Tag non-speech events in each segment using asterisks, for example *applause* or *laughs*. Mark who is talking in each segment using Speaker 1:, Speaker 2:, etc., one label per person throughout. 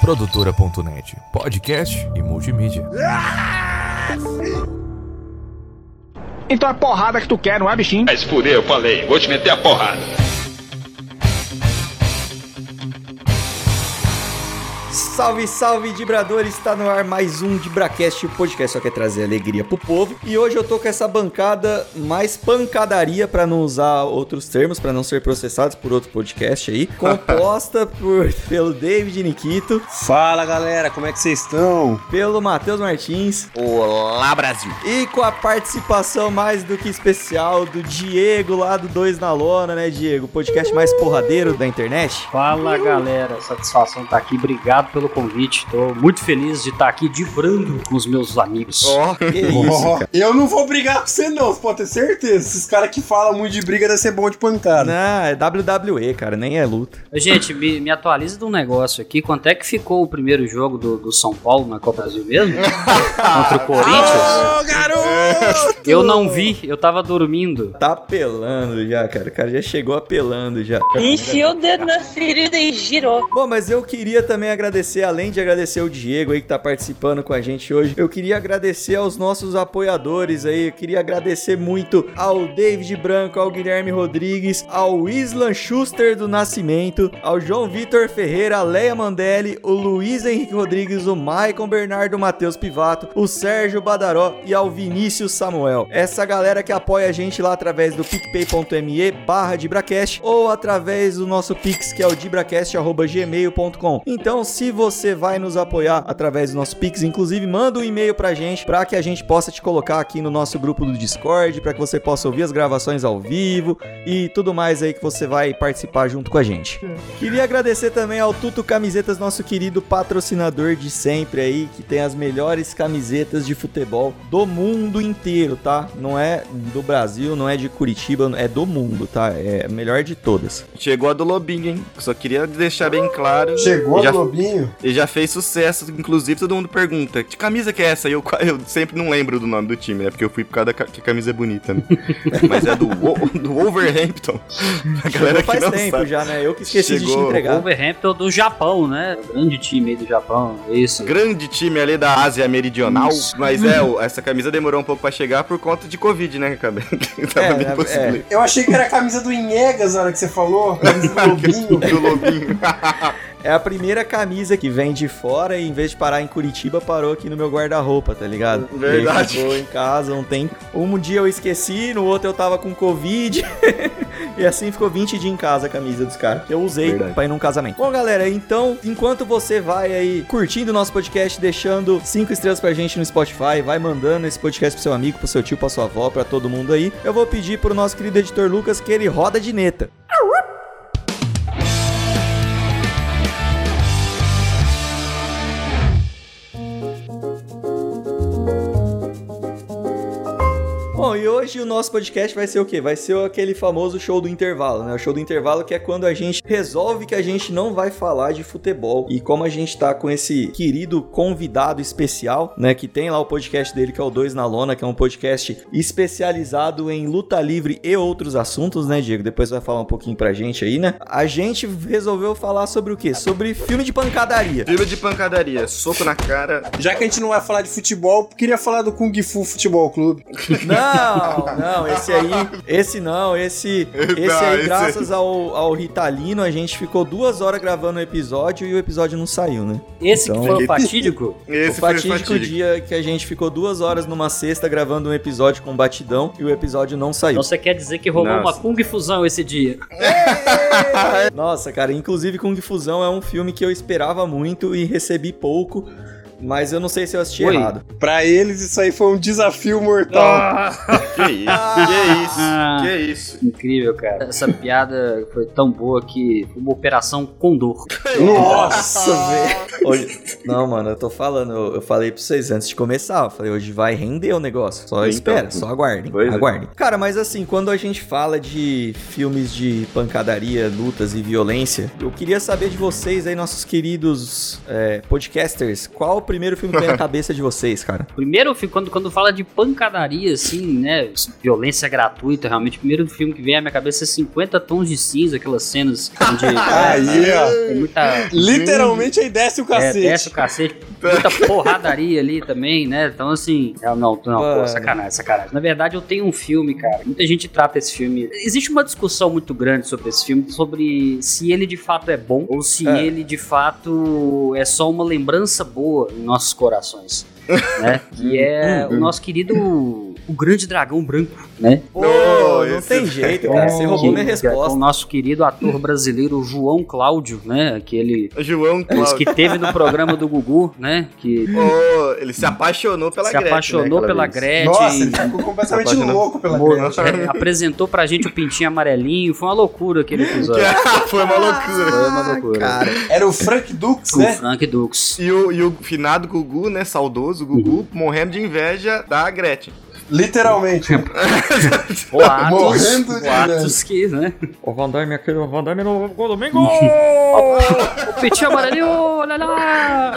Speaker 1: Produtora.net, podcast e multimídia.
Speaker 2: Então é porrada que tu quer, não é, bichinho?
Speaker 3: Mas por eu falei, vou te meter a porrada.
Speaker 4: Salve, salve, Dibrador! Está no ar mais um Dibracast, o podcast só quer trazer alegria pro povo. E hoje eu tô com essa bancada mais pancadaria, pra não usar outros termos, pra não ser processados por outro podcast
Speaker 5: *laughs*
Speaker 4: aí, composta por, pelo David Nikito,
Speaker 5: Fala galera, como é que vocês estão?
Speaker 4: pelo Matheus Martins
Speaker 5: Olá Brasil!
Speaker 4: e com a participação mais do que especial do Diego lá do Dois na Lona, né, Diego? O podcast mais porradeiro da internet.
Speaker 6: Fala galera, satisfação estar aqui, obrigado pelo convite. Tô muito feliz de estar aqui dibrando com os meus amigos.
Speaker 4: Que
Speaker 5: *laughs*
Speaker 4: isso,
Speaker 5: Ó, eu não vou brigar com você não, você pode ter certeza. Esses caras que falam muito de briga deve ser bom de pancada.
Speaker 4: Não, é WWE, cara, nem é luta.
Speaker 6: Gente, me, me atualiza de um negócio aqui. Quanto é que ficou o primeiro jogo do, do São Paulo na Copa Brasil mesmo? Contra o Corinthians?
Speaker 5: Ô, garoto!
Speaker 6: Eu não vi, eu tava dormindo.
Speaker 4: Tá apelando já, cara. O cara já chegou apelando já.
Speaker 7: Enfiou o dedo na ferida e girou.
Speaker 4: Bom, mas eu queria também agradecer, além de agradecer o Diego aí que tá participando com a gente hoje, eu queria agradecer aos nossos apoiadores aí. Eu queria agradecer muito ao David Branco, ao Guilherme Rodrigues, ao Islan Schuster do Nascimento, ao João Vitor Ferreira, a Leia Mandelli, o Luiz Henrique Rodrigues, o Maicon Bernardo, o Matheus Pivato, o Sérgio Badaró e ao Vinícius Samuel. Essa galera que apoia a gente lá através do picpay.me barra Dibracast ou através do nosso Pix, que é o dibracast.gmail.com. Então, se você vai nos apoiar através do nosso Pix, inclusive, manda um e-mail pra gente pra que a gente possa te colocar aqui no nosso grupo do Discord, pra que você possa ouvir as gravações ao vivo e tudo mais aí que você vai participar junto com a gente. Queria agradecer também ao Tuto Camisetas, nosso querido patrocinador de sempre aí, que tem as melhores camisetas de futebol do mundo inteiro, tá? Não é do Brasil, não é de Curitiba, é do mundo, tá? É a melhor de todas.
Speaker 8: Chegou a do Lobinho, hein? Só queria deixar bem claro.
Speaker 5: É, Chegou
Speaker 8: e já,
Speaker 5: o Globinho?
Speaker 8: e já fez sucesso. Inclusive, todo mundo pergunta: que camisa que é essa? E eu, eu sempre não lembro do nome do time, né? Porque eu fui por causa da ca- que a camisa é
Speaker 4: *laughs*
Speaker 8: bonita, né? Mas é do, Wo- do Wolverhampton. A galera
Speaker 4: Chegou
Speaker 8: que
Speaker 4: faz
Speaker 8: não
Speaker 4: tempo
Speaker 8: sabe.
Speaker 4: já, né? Eu que esqueci de te
Speaker 8: Chegou.
Speaker 6: O
Speaker 4: entregar.
Speaker 6: Wolverhampton do Japão, né? O grande time aí do Japão, é isso.
Speaker 8: Grande time ali da Ásia Meridional. Mas é,
Speaker 4: *laughs*
Speaker 8: o- essa camisa demorou um pouco pra chegar por conta de Covid, né, *laughs* Cabelo? Tava
Speaker 4: É,
Speaker 8: bem
Speaker 4: é,
Speaker 8: *laughs* possível.
Speaker 5: Eu achei que era a camisa do Inegas na hora que você falou. Camisa
Speaker 8: *laughs*
Speaker 5: do Globinho.
Speaker 8: Do Lobinho.
Speaker 4: É a primeira camisa que vem de fora e em vez de parar em Curitiba, parou aqui no meu guarda-roupa, tá ligado?
Speaker 8: *laughs* Verdade.
Speaker 4: E aí Ficou em casa um tempo. Um dia eu esqueci, no outro eu tava com Covid. *laughs* e assim ficou 20 dias em casa a camisa dos caras, que eu usei
Speaker 8: Verdade.
Speaker 4: pra ir num casamento. Bom, galera, então, enquanto você vai aí curtindo o nosso podcast, deixando cinco estrelas pra gente no Spotify, vai mandando esse podcast pro seu amigo, pro seu tio, pra sua avó, pra todo mundo aí, eu vou pedir pro nosso querido editor Lucas que ele roda de neta. Bom, e hoje o nosso podcast vai ser o quê? Vai ser aquele famoso show do intervalo, né? O show do intervalo que é quando a gente resolve que a gente não vai falar de futebol. E como a gente tá com esse querido convidado especial, né? Que tem lá o podcast dele, que é o 2 na Lona, que é um podcast especializado em luta livre e outros assuntos, né, Diego? Depois vai falar um pouquinho pra gente aí, né? A gente resolveu falar sobre o quê? Sobre filme de pancadaria.
Speaker 8: Filme de pancadaria, soco na cara.
Speaker 5: Já que a gente não vai falar de futebol, queria falar do Kung Fu Futebol Clube.
Speaker 4: Não, não, esse aí, esse não, esse, esse
Speaker 8: Não,
Speaker 4: aí,
Speaker 8: esse
Speaker 4: graças ao, ao Ritalino, a gente ficou duas horas gravando o episódio e o episódio não saiu, né?
Speaker 6: Esse
Speaker 4: Então-
Speaker 6: que foi o fatídico?
Speaker 8: Esse
Speaker 4: o
Speaker 8: foi
Speaker 4: fatídico,
Speaker 8: fatídico.
Speaker 4: dia que a gente ficou duas horas numa sexta gravando um episódio com batidão e o episódio não saiu.
Speaker 6: Então você quer dizer que rolou
Speaker 8: Nossa.
Speaker 6: uma Kung Fusão esse dia?
Speaker 4: Ah, é? Nossa, cara, inclusive Kung Fusão é um filme que eu esperava muito e recebi pouco, mas eu não sei se eu assisti
Speaker 6: Oi.
Speaker 4: errado.
Speaker 5: Pra eles, isso aí foi um desafio mortal.
Speaker 8: Que isso, que isso,
Speaker 4: Ah.
Speaker 8: que isso.
Speaker 6: Incrível, cara. Essa piada foi tão boa que foi uma operação Condor.
Speaker 8: Ah.
Speaker 5: Nossa, velho.
Speaker 4: Hoje... Não, mano, eu tô falando, eu, eu falei pra vocês antes de começar, eu falei, hoje vai render o negócio. Só
Speaker 8: Então.
Speaker 4: espera, só aguardem,
Speaker 8: Pois é.
Speaker 4: aguardem. Cara, mas assim, quando a gente fala de filmes de pancadaria, lutas e violência, eu queria saber de vocês aí, nossos queridos é, podcasters, qual o primeiro filme que
Speaker 8: *laughs*
Speaker 4: vem na cabeça de vocês, cara?
Speaker 6: Primeiro filme, quando, quando fala de pancadaria, assim, né? Violência gratuita, realmente. O primeiro filme que vem à minha cabeça é 50 tons de cinza, aquelas cenas onde.
Speaker 5: Aí, ó.
Speaker 6: Tem muita.
Speaker 5: Literalmente aí desce o
Speaker 6: É,
Speaker 5: cacete.
Speaker 6: desce o cacete, muita porradaria ali também, né? Então, assim, não, não, não pô,
Speaker 4: Mano.
Speaker 6: sacanagem, sacanagem. Na verdade, eu tenho um filme, cara. Muita gente trata esse filme. Existe uma discussão muito grande sobre esse filme, sobre se ele de fato é bom ou se
Speaker 4: É.
Speaker 6: ele de fato é só uma lembrança boa em nossos
Speaker 4: *laughs*
Speaker 6: corações. né? Que é
Speaker 4: Uhum.
Speaker 6: o nosso querido o grande dragão branco, né?
Speaker 4: Pô,
Speaker 8: Ô,
Speaker 4: não
Speaker 8: esse-
Speaker 4: tem jeito, cara. Você roubou minha
Speaker 6: Que- que é O
Speaker 4: resposta.
Speaker 6: nosso querido ator brasileiro João Cláudio, né? Aquele
Speaker 8: João
Speaker 6: esse
Speaker 8: Cláudio.
Speaker 6: que teve no programa do Gugu, né? Que
Speaker 8: Ô, ele se apaixonou pela
Speaker 6: se
Speaker 8: Gretchen,
Speaker 6: apaixonou
Speaker 8: né,
Speaker 6: pela
Speaker 8: aquela vez.
Speaker 6: Gretchen.
Speaker 5: Nossa, ele ficou completamente
Speaker 8: Apaixonado.
Speaker 5: louco pela
Speaker 6: mo-
Speaker 5: Gretchen.
Speaker 6: é, apresentou pra gente o pintinho amarelinho. Foi uma loucura aquele episódio.
Speaker 8: *laughs* Foi uma loucura.
Speaker 6: Foi uma loucura.
Speaker 4: Cara,
Speaker 5: Era o Frank Dux,
Speaker 6: Com o
Speaker 5: né?
Speaker 6: Frank Dux.
Speaker 8: E o, e o finado Gugu, né? Saudoso Gugu,
Speaker 6: Uhum.
Speaker 8: morrendo de inveja da Gretchen.
Speaker 5: Literalmente.
Speaker 6: Boatos.
Speaker 5: Morrendo de
Speaker 6: Boatos que, né?
Speaker 4: o Vandamme, aquele o Vandamme não
Speaker 6: O pintinho amarelinho, olha lá!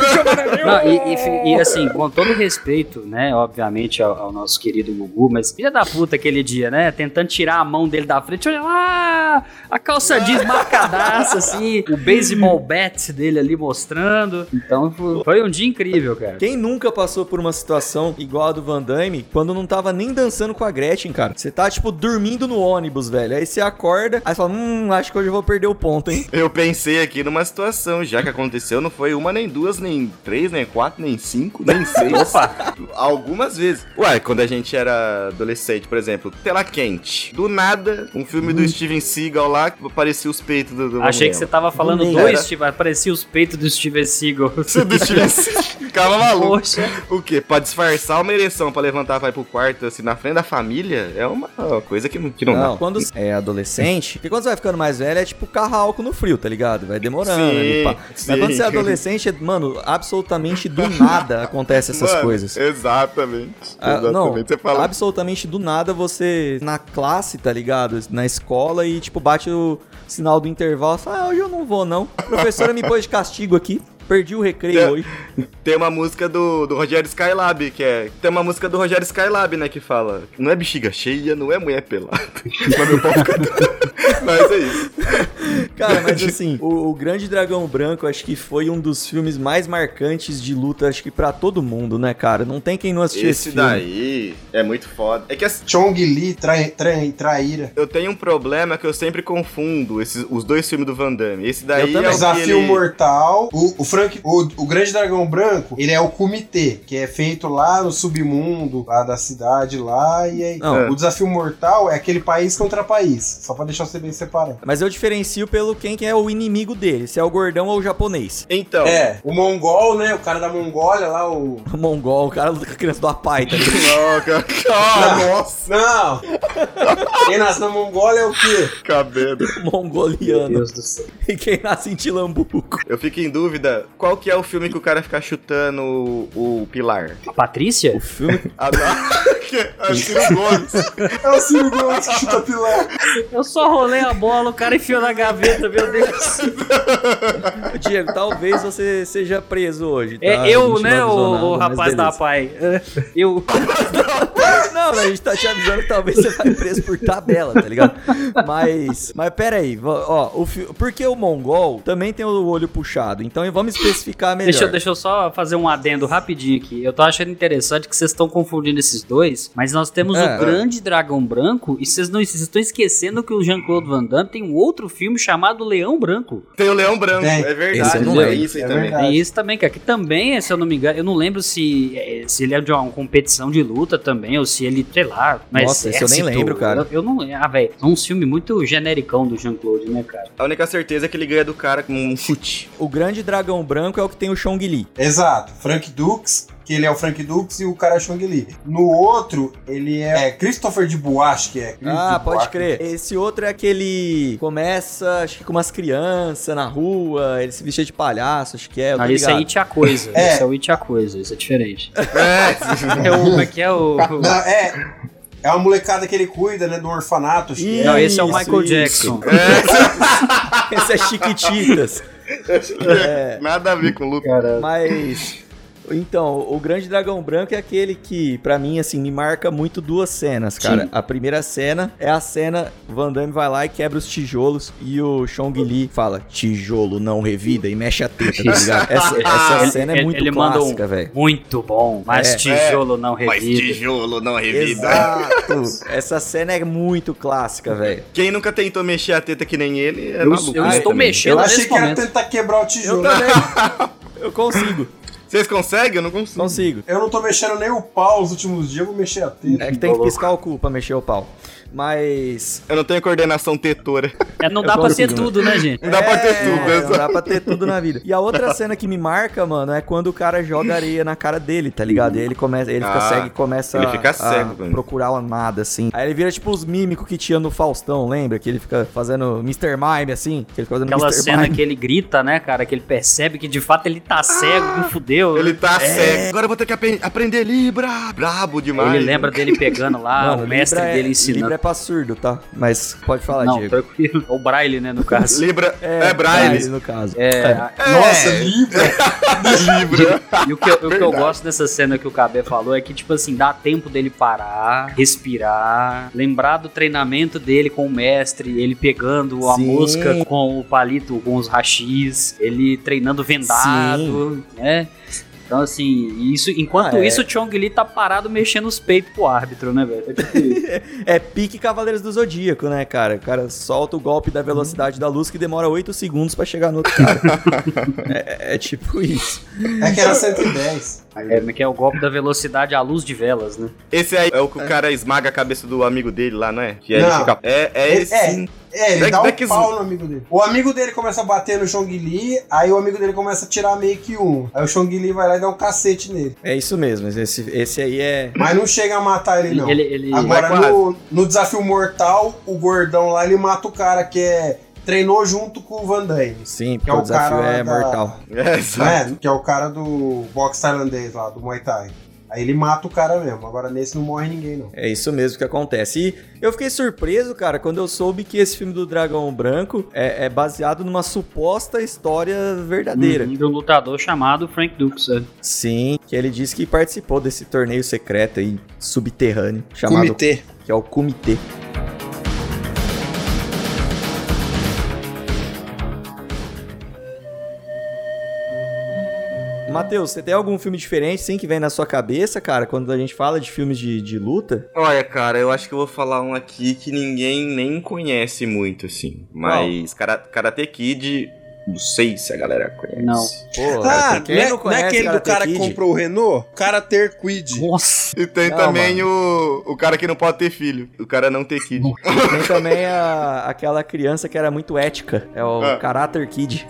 Speaker 6: Não, e, e fi- e, assim, com todo respeito, né? Obviamente ao, ao nosso querido Gugu, mas filha da puta aquele dia, né? Tentando tirar a mão dele da frente, olha lá! A calça jeans marcadaça, assim, o baseball bat dele ali mostrando. Então fo- foi um dia incrível, cara.
Speaker 4: Quem nunca passou por uma situação igual a do Van Damme, quando não tava nem dançando com a Gretchen, cara? Você tá, tipo, dormindo no ônibus, velho. Aí você acorda, aí você fala, hum, acho que hoje eu vou perder o ponto, hein?
Speaker 8: Eu pensei aqui numa situação, já que aconteceu, não foi uma, nem duas, nem três, nem quatro, nem cinco,
Speaker 6: *laughs*
Speaker 8: nem seis. Algumas vezes. Ué, quando a gente era adolescente, por exemplo, tela quente. Do nada, um filme do Steven Seagal lá, que aparecia os peitos do. do
Speaker 6: Uhum. Achei que você tava falando
Speaker 4: Nem
Speaker 6: do
Speaker 8: era.
Speaker 6: Steven, parecia os peitos do Steven Seagal.
Speaker 8: *laughs*
Speaker 6: *laughs*
Speaker 8: do Steven Seagal. Ficava maluco.
Speaker 6: Poxa,
Speaker 8: O quê? Pra disfarçar uma ereção, pra levantar pra ir pro quarto, assim, na frente da família, é uma coisa que, não- que não, dá.
Speaker 4: Não, quando você é adolescente, porque quando você vai ficando mais velho, é tipo carro álcool no frio, tá ligado? Vai demorando
Speaker 8: Sim,
Speaker 4: ali, pá. Mas
Speaker 8: sim.
Speaker 4: quando você é adolescente, é- mano, absolutamente do nada acontece essas
Speaker 8: Mano,
Speaker 4: coisas.
Speaker 8: Exatamente.
Speaker 4: Ah,
Speaker 8: exatamente.
Speaker 4: não,
Speaker 8: você fala.
Speaker 4: absolutamente do nada você na classe, tá ligado? Na escola e tipo bate o sinal do intervalo, fala, ah, hoje eu não vou não. A professora me pôs de castigo aqui, perdi o recreio
Speaker 8: É.
Speaker 4: hoje.
Speaker 8: Tem uma música do, do Rogério Skylab, que é. Tem uma música do Rogério Skylab, né? Que fala. Não é bexiga cheia, não é mulher pelada. *laughs* Mas meu pau fica *laughs* duro." Mas é isso.
Speaker 4: Cara, mas assim, o, o Grande Dragão Branco acho que foi um dos filmes mais marcantes de luta, acho que pra todo mundo, né, cara? Não tem quem não assistiu esse,
Speaker 8: Esse
Speaker 4: filme.
Speaker 8: daí é muito foda. É que assim,
Speaker 5: Chong Li, trai, trai, traíra.
Speaker 8: eu tenho um problema que eu sempre confundo esses, os dois filmes do Van Damme. Esse daí
Speaker 4: Eu
Speaker 8: é o
Speaker 4: também.
Speaker 8: que
Speaker 5: Desafio
Speaker 8: ele-
Speaker 5: Mortal. O, o Frank, o, o Grande Dragão Branco, ele é o comitê, que é feito lá no submundo, lá da cidade, lá. E aí,
Speaker 4: Não.
Speaker 5: o Desafio Mortal é aquele país contra país. Só pra deixar você bem separado.
Speaker 4: Mas eu diferencio pelo quem que é o inimigo dele, se é o gordão ou o japonês.
Speaker 8: Então.
Speaker 5: É, o mongol, né? O cara da Mongólia lá, o.
Speaker 4: O mongol, o cara luta com a criança do Apai, tá ligado?
Speaker 8: *laughs* Não, cara. Ah, nossa,
Speaker 5: Não! Quem nasce na Mongólia é o quê?
Speaker 8: cabelo.
Speaker 6: meu
Speaker 4: Mongoliano.
Speaker 6: Deus do céu.
Speaker 4: E quem nasce em Tilambuco.
Speaker 8: Eu fico em dúvida qual que é o filme que o cara fica chutando o, o pilar.
Speaker 6: A Patrícia?
Speaker 4: O filme
Speaker 8: Ah, não. *laughs* Que- é o Ciro Gomes.
Speaker 5: É o Ciro Gomes que chuta pilar.
Speaker 6: Eu só rolei a bola, o cara enfiou na gaveta, meu Deus.
Speaker 4: Diego, talvez você seja preso hoje. tá?
Speaker 6: É
Speaker 4: A
Speaker 6: eu,
Speaker 4: gente não
Speaker 6: né, o,
Speaker 4: avisou
Speaker 6: o
Speaker 4: nada, mas
Speaker 6: rapaz da
Speaker 4: beleza.
Speaker 6: *laughs* pai.
Speaker 4: *laughs*
Speaker 6: Eu.
Speaker 4: Não, mas a gente tá te avisando que talvez você vai preso por tabela, tá ligado? Mas. Mas pera aí, va- ó. O fi- Porque o mongol também tem o olho puxado. Então vamos especificar melhor.
Speaker 6: Deixa, eu- deixa eu só fazer um adendo rapidinho aqui. Eu tô achando interessante que vocês estão confundindo esses dois, mas nós temos
Speaker 4: É.
Speaker 6: o Grande Dragão Branco e vocês não vocês estão esquecendo que o Jean-Claude Van Damme tem um outro filme chamado Leão Branco.
Speaker 8: Tem o Leão Branco,
Speaker 5: Tem.
Speaker 8: é verdade.
Speaker 4: Esse eu não
Speaker 8: é
Speaker 4: lembro.
Speaker 8: isso aí
Speaker 5: É
Speaker 8: também.
Speaker 5: verdade.
Speaker 6: Tem isso também, cara, que também, se eu não me engano, eu não lembro se, eh, se ele é de uma competição de luta também, ou se ele, sei lá, mas.
Speaker 4: Nossa, esse eu nem
Speaker 6: exército.
Speaker 4: lembro, cara.
Speaker 6: Eu, eu não. Ah, velho, é um filme muito genericão do Jean-Claude, né, cara?
Speaker 8: A única certeza é que ele ganha do cara com um chute.
Speaker 4: O grande dragão branco é o que tem o Chong Li.
Speaker 5: Exato. Frank Dux, que ele é o Frank Dux e o cara é o Chong Li. No outro, ele é, é Christopher de Bois, acho que é.
Speaker 4: Ah,
Speaker 5: De
Speaker 4: pode
Speaker 5: Bois.
Speaker 4: crer. Esse outro é aquele. Começa, acho que com umas crianças na rua, ele se vestia de palhaço, acho que é. eu tô
Speaker 6: Não, isso é
Speaker 4: ligado.
Speaker 6: It a Coisa.
Speaker 5: É.
Speaker 6: Isso é o It a Coisa, isso é diferente.
Speaker 8: *laughs* É.
Speaker 6: *laughs* É o, como é que é *laughs* o... o-
Speaker 5: Não, é. É uma molecada que ele cuida, né? Do orfanato. acho que é.
Speaker 6: Não, esse é o
Speaker 4: Isso,
Speaker 6: Michael
Speaker 4: isso.
Speaker 6: Jackson.
Speaker 4: Esse é Chiquititas. É.
Speaker 8: *laughs* Nada a ver com o Luke.
Speaker 4: Mas. Então, o Grande Dragão Branco é aquele que, pra mim, assim, me marca muito duas cenas, cara. A primeira cena é a cena Van Damme vai lá e quebra os tijolos e o Chong Li fala, tijolo não revida e mexe a teta, tá
Speaker 6: *laughs*
Speaker 4: ligado? Essa, essa
Speaker 6: Ele-
Speaker 4: cena é
Speaker 6: ele-
Speaker 4: muito
Speaker 6: ele manda um-
Speaker 4: clássica, velho.
Speaker 6: Muito bom, mas
Speaker 4: É.
Speaker 6: tijolo não
Speaker 8: Mas
Speaker 6: revive.
Speaker 8: tijolo não é revida.
Speaker 4: Exato! Essa cena é muito clássica, velho.
Speaker 8: Quem nunca tentou mexer a teta que nem ele é
Speaker 6: Eu,
Speaker 8: maluco.
Speaker 6: eu
Speaker 8: né,
Speaker 6: estou
Speaker 8: também.
Speaker 6: mexendo
Speaker 5: Eu achei
Speaker 6: nesse
Speaker 5: que era
Speaker 6: momento.
Speaker 5: tentar quebrar o
Speaker 4: Eu
Speaker 5: tijolo.
Speaker 4: também. Eu consigo,
Speaker 8: Vocês conseguem? Eu não consigo.
Speaker 4: consigo.
Speaker 5: Eu não tô mexendo nem o pau nos últimos dias, eu vou mexer a teta.
Speaker 4: É que tem que piscar o cu pra mexer o pau. Mas.
Speaker 8: Eu não tenho coordenação tetora. *laughs*
Speaker 6: É, não dá pra ser
Speaker 4: consigo.
Speaker 6: tudo, né, gente?
Speaker 8: Não dá pra ter tudo.
Speaker 4: É,
Speaker 8: né?
Speaker 4: não dá pra ter tudo na vida. E a
Speaker 8: *laughs*
Speaker 4: outra cena que me marca, mano, é quando o cara joga areia na cara dele, tá ligado? E ele começa, ele fica
Speaker 8: Ah,
Speaker 4: cego e começa
Speaker 8: ele fica
Speaker 4: a,
Speaker 8: cego,
Speaker 4: a
Speaker 8: velho.
Speaker 4: procurar uma nada, assim. Aí ele vira tipo os mímicos que tinha no Faustão, lembra? Que ele fica fazendo Mr. Mime, assim. Que ele fica fazendo
Speaker 6: Aquela
Speaker 4: Mr.
Speaker 6: cena
Speaker 4: Mime.
Speaker 6: que ele grita, né, cara? Que ele percebe que de fato ele tá cego, que fudeu.
Speaker 8: Ah, Ele tá cego. Agora eu vou ter que apen- aprender Libra. Brabo demais.
Speaker 6: Ele lembra dele pegando lá,
Speaker 4: Mano,
Speaker 6: o mestre
Speaker 4: Libra é-
Speaker 6: dele ensinando.
Speaker 4: Libra é pra surdo, tá? Mas pode falar,
Speaker 6: não,
Speaker 4: Diego.
Speaker 6: tranquilo. *laughs* O Braille, né, no caso.
Speaker 8: Libra. É, Braille.
Speaker 4: no caso.
Speaker 6: É, a-
Speaker 5: Nossa,
Speaker 4: É.
Speaker 5: livre.
Speaker 8: Libra.
Speaker 6: e o que, eu, o que eu
Speaker 8: Verdade.
Speaker 6: gosto dessa cena que o Cabé falou é que, tipo assim, dá tempo dele parar, respirar, lembrar do treinamento dele com o mestre, ele pegando a
Speaker 4: Sim.
Speaker 6: mosca com o palito, com os rachis, ele treinando vendado, né? Então, assim, isso, enquanto
Speaker 4: Ah, é.
Speaker 6: isso, o Chong Li tá parado mexendo os peitos pro árbitro, né, velho? Tá tipo isso.
Speaker 4: É pique Cavaleiros do Zodíaco, né, cara? O cara solta o golpe da velocidade da luz que demora 8 segundos pra chegar no outro
Speaker 8: *laughs*
Speaker 4: cara. é, é tipo isso.
Speaker 5: É que era 110.
Speaker 6: É, que é o golpe da velocidade à luz de velas, né?
Speaker 8: Esse aí é o que o cara esmaga a cabeça do amigo dele lá, não é? Que aí ele
Speaker 5: Não.
Speaker 8: fica... É, é
Speaker 5: Ele-
Speaker 8: esse.
Speaker 5: é.
Speaker 8: sim.
Speaker 5: É, ele
Speaker 8: Back-
Speaker 5: dá um
Speaker 8: back is-
Speaker 5: pau no amigo dele. O amigo dele começa a bater no Chong Li, aí o amigo dele começa a tirar meio que um. Aí o Chong Li vai lá e dá um cacete nele.
Speaker 4: É isso mesmo. Esse, esse aí é.
Speaker 5: Mas não chega a matar ele, não.
Speaker 6: Ele, ele-
Speaker 5: Agora,
Speaker 8: Mas quase.
Speaker 5: no, no desafio mortal, o gordão lá, ele mata o cara que é... Treinou junto com o Van Damme.
Speaker 4: Sim,
Speaker 5: Que
Speaker 4: porque
Speaker 5: é
Speaker 4: o,
Speaker 5: o
Speaker 4: desafio
Speaker 5: cara
Speaker 4: é
Speaker 5: da-
Speaker 4: mortal.
Speaker 8: É, exato.
Speaker 5: É, que é o cara do boxe tailandês lá, do Muay Thai. Aí ele mata o cara mesmo. Agora nesse não morre ninguém, não.
Speaker 4: É isso mesmo que acontece. E eu fiquei surpreso, cara, quando eu soube que esse filme do Dragão Branco é, é baseado numa suposta história verdadeira.
Speaker 6: Uhum, de um lutador chamado Frank Dukes. é.
Speaker 4: Sim, que ele disse que participou desse torneio secreto aí, subterrâneo, chamado. Que é o Comitê. Matheus, você tem algum filme diferente, sim, que vem na sua cabeça, cara, quando a gente fala de filmes de, de luta?
Speaker 8: Olha, cara, eu acho que eu vou falar um aqui que ninguém nem conhece muito, assim. Mas Kara- Karate Kid, não sei se a galera conhece.
Speaker 6: Não.
Speaker 4: Pô,
Speaker 5: Ah,
Speaker 4: quem
Speaker 5: não, é- não é aquele do
Speaker 4: Karate
Speaker 5: cara que
Speaker 4: Kid?
Speaker 5: comprou o Renault? Cara ter Quid.
Speaker 6: Nossa!
Speaker 8: E tem
Speaker 4: Não,
Speaker 8: também o, o cara que não pode ter filho. O cara não ter kid.
Speaker 4: Tem também a- aquela criança que era muito ética, é o
Speaker 8: Ah.
Speaker 4: Karate Kid.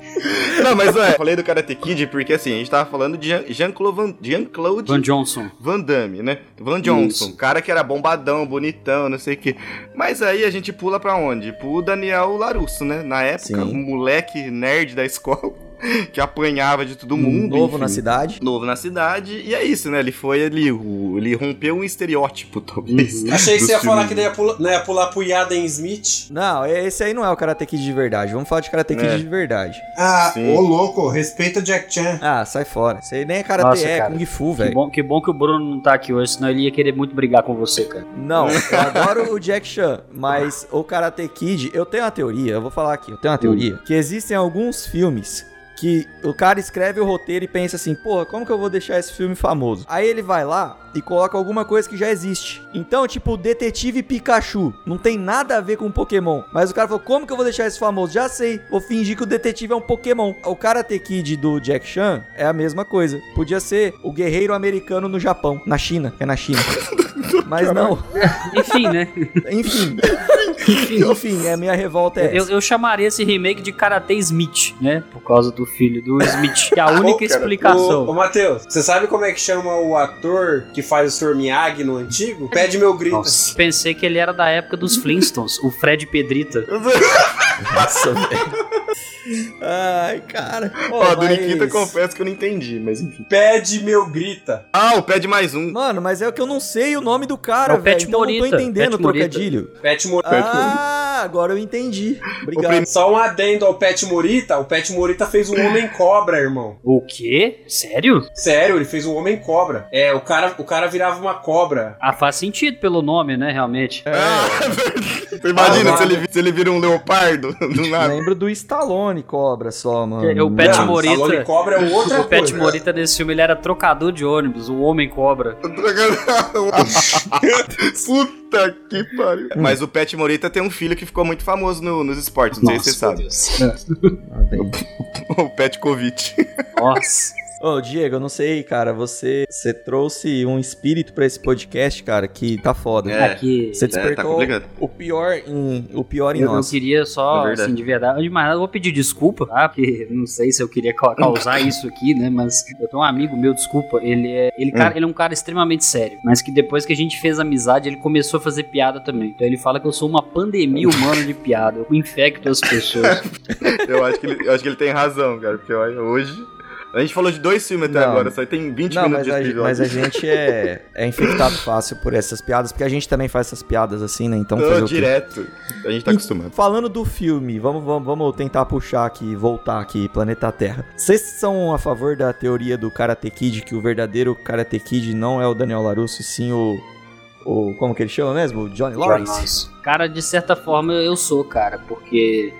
Speaker 8: não, mas ué, eu falei do Karate Kid porque assim, a gente tava falando de Jean- Jean-Claude Van, Jean-Claude
Speaker 6: Van Johnson.
Speaker 8: Van Damme, né? Van Johnson,
Speaker 6: Isso.
Speaker 8: cara que era bombadão, bonitão, não sei o quê. Mas aí a gente pula pra onde? Pro Daniel Larusso, né? Na época,
Speaker 4: Sim.
Speaker 8: um moleque nerd da escola *laughs* que apanhava de todo mundo.
Speaker 4: Novo
Speaker 8: enfim.
Speaker 4: na cidade.
Speaker 8: Novo na cidade, e é isso, né? Ele foi ali, o- ele rompeu um estereótipo, talvez.
Speaker 6: Uhum.
Speaker 5: Achei que
Speaker 8: dos
Speaker 5: você ia falar
Speaker 8: filmes.
Speaker 5: que daí ia pular, não, ia pular pro Yaden Smith.
Speaker 4: Não, esse aí não é o Karate Kid de verdade. Vamos falar de Karate Kid
Speaker 8: É.
Speaker 4: de verdade.
Speaker 5: Ah,
Speaker 8: Sim.
Speaker 5: ô louco, respeita o Jack Chan.
Speaker 4: Ah, sai fora. Isso aí nem é Karate,
Speaker 6: Nossa,
Speaker 4: é
Speaker 6: cara.
Speaker 4: Kung Fu,
Speaker 6: Que
Speaker 4: velho.
Speaker 6: bom, que bom que o Bruno não tá aqui hoje, senão ele ia querer muito brigar com você, cara.
Speaker 4: Não, eu adoro o Jack Chan, mas o Karate Kid, eu tenho uma teoria, eu vou falar aqui, eu tenho uma teoria, que existem alguns filmes que o cara escreve o roteiro e pensa assim, porra, como que eu vou deixar esse filme famoso? Aí ele vai lá e coloca alguma coisa que já existe. Então, tipo, o Detetive Pikachu. Não tem nada a ver com Pokémon. Mas o cara falou: como que eu vou deixar esse famoso? Já sei. Vou fingir que o detetive é um Pokémon. O Karate Kid do Jack Chan é a mesma coisa. Podia ser o guerreiro americano no Japão. Na China. É na China. Mas não.
Speaker 6: Enfim, né?
Speaker 4: Enfim. *laughs* Enfim, a minha revolta é
Speaker 6: Eu,
Speaker 4: essa.
Speaker 6: eu chamaria esse remake de Karate Smith, né? Por causa do filho do Smith. Que é a única
Speaker 5: Ô, cara,
Speaker 6: explicação.
Speaker 5: Ô, ô Matheus, você sabe como é que chama o ator que faz o Sr. Miyagi no antigo? Pede meu grito.
Speaker 6: Nossa, pensei que ele era da época dos Flintstones, o Fred Pedrita.
Speaker 4: Nossa, velho. Ai, cara. Pô,
Speaker 8: Ó, do
Speaker 4: mas-
Speaker 8: Nikita confesso que eu não entendi, mas enfim.
Speaker 5: Pede meu grita.
Speaker 8: Ah, o pé de mais um.
Speaker 4: Mano, mas é que eu não sei o nome do cara,
Speaker 6: É o
Speaker 4: velho.
Speaker 6: Pet
Speaker 4: Então eu não tô
Speaker 6: Morita,
Speaker 4: entendendo o
Speaker 6: Pet Morita.
Speaker 4: trocadilho.
Speaker 5: Pet Morita.
Speaker 4: Ah, agora eu entendi. Obrigado.
Speaker 5: Só um adendo ao Pet Morita. O Pet Morita fez um Homem Cobra, irmão.
Speaker 6: O quê? Sério?
Speaker 5: Sério, ele fez um Homem Cobra. É, o cara, o cara virava uma cobra.
Speaker 6: Ah, faz sentido pelo nome, né? Realmente.
Speaker 8: Tu imagina
Speaker 5: Ah,
Speaker 8: se, ele, se ele vira um leopardo *laughs* do
Speaker 4: Eu
Speaker 8: nada.
Speaker 4: Lembro do Stallone Cobra só, mano. Ah,
Speaker 6: É, o Pet
Speaker 5: Não,
Speaker 6: Morita.
Speaker 5: Stallone Ah, Cobra é outra
Speaker 6: *laughs* O Pet
Speaker 5: coisa.
Speaker 6: Morita nesse filme ele era trocador de ônibus, o Homem Cobra.
Speaker 8: Puta que pariu. É, Mas o Pet Morita tem um filho que ficou muito famoso no- nos esportes, não sei se você
Speaker 6: meu
Speaker 8: sabe.
Speaker 6: Deus.
Speaker 8: *laughs*
Speaker 4: tá
Speaker 8: O Pet Covid.
Speaker 4: É,
Speaker 6: Nossa.
Speaker 4: Ô, Diego, eu não sei, cara. Você, você trouxe um espírito pra esse podcast, cara, que tá foda.
Speaker 8: É,
Speaker 6: Aqui.
Speaker 4: Você
Speaker 8: É, tá
Speaker 4: despertou
Speaker 8: complicado.
Speaker 4: o pior em o pior em
Speaker 6: Eu, eu
Speaker 4: nós.
Speaker 6: queria só,
Speaker 8: É verdade.
Speaker 6: assim, de verdade, de mais nada, eu vou pedir desculpa, tá? Porque não sei se eu queria ca- causar isso aqui, né? Mas eu tenho um amigo meu, desculpa, ele é. Ele, cara, ele é um cara extremamente sério. Mas que depois que a gente fez amizade, ele começou a fazer piada também. Então ele fala que eu sou uma pandemia humana de piada. Eu infecto as pessoas.
Speaker 8: Eu acho, que ele, eu acho que ele tem razão, cara. Porque olha, hoje. A gente falou de dois filmes até
Speaker 4: Não.
Speaker 8: agora, só tem 20
Speaker 4: Não,
Speaker 8: minutos
Speaker 4: mas
Speaker 8: de
Speaker 4: a,
Speaker 8: episódio.
Speaker 4: mas a gente é, é infectado fácil por essas piadas, porque a gente também faz essas piadas assim, né? Então,
Speaker 8: Tô
Speaker 4: fazer o quê?
Speaker 8: direto. A gente tá acostumado.
Speaker 4: Falando do filme, vamos, vamos, vamos tentar puxar aqui, voltar aqui, Planeta Terra. Vocês são a favor da teoria do Karate Kid, que o verdadeiro Karate Kid não é o Daniel LaRusso, e sim o... o como que ele chama mesmo? O Johnny Lawrence?
Speaker 6: Cara, de certa forma eu sou, cara, porque.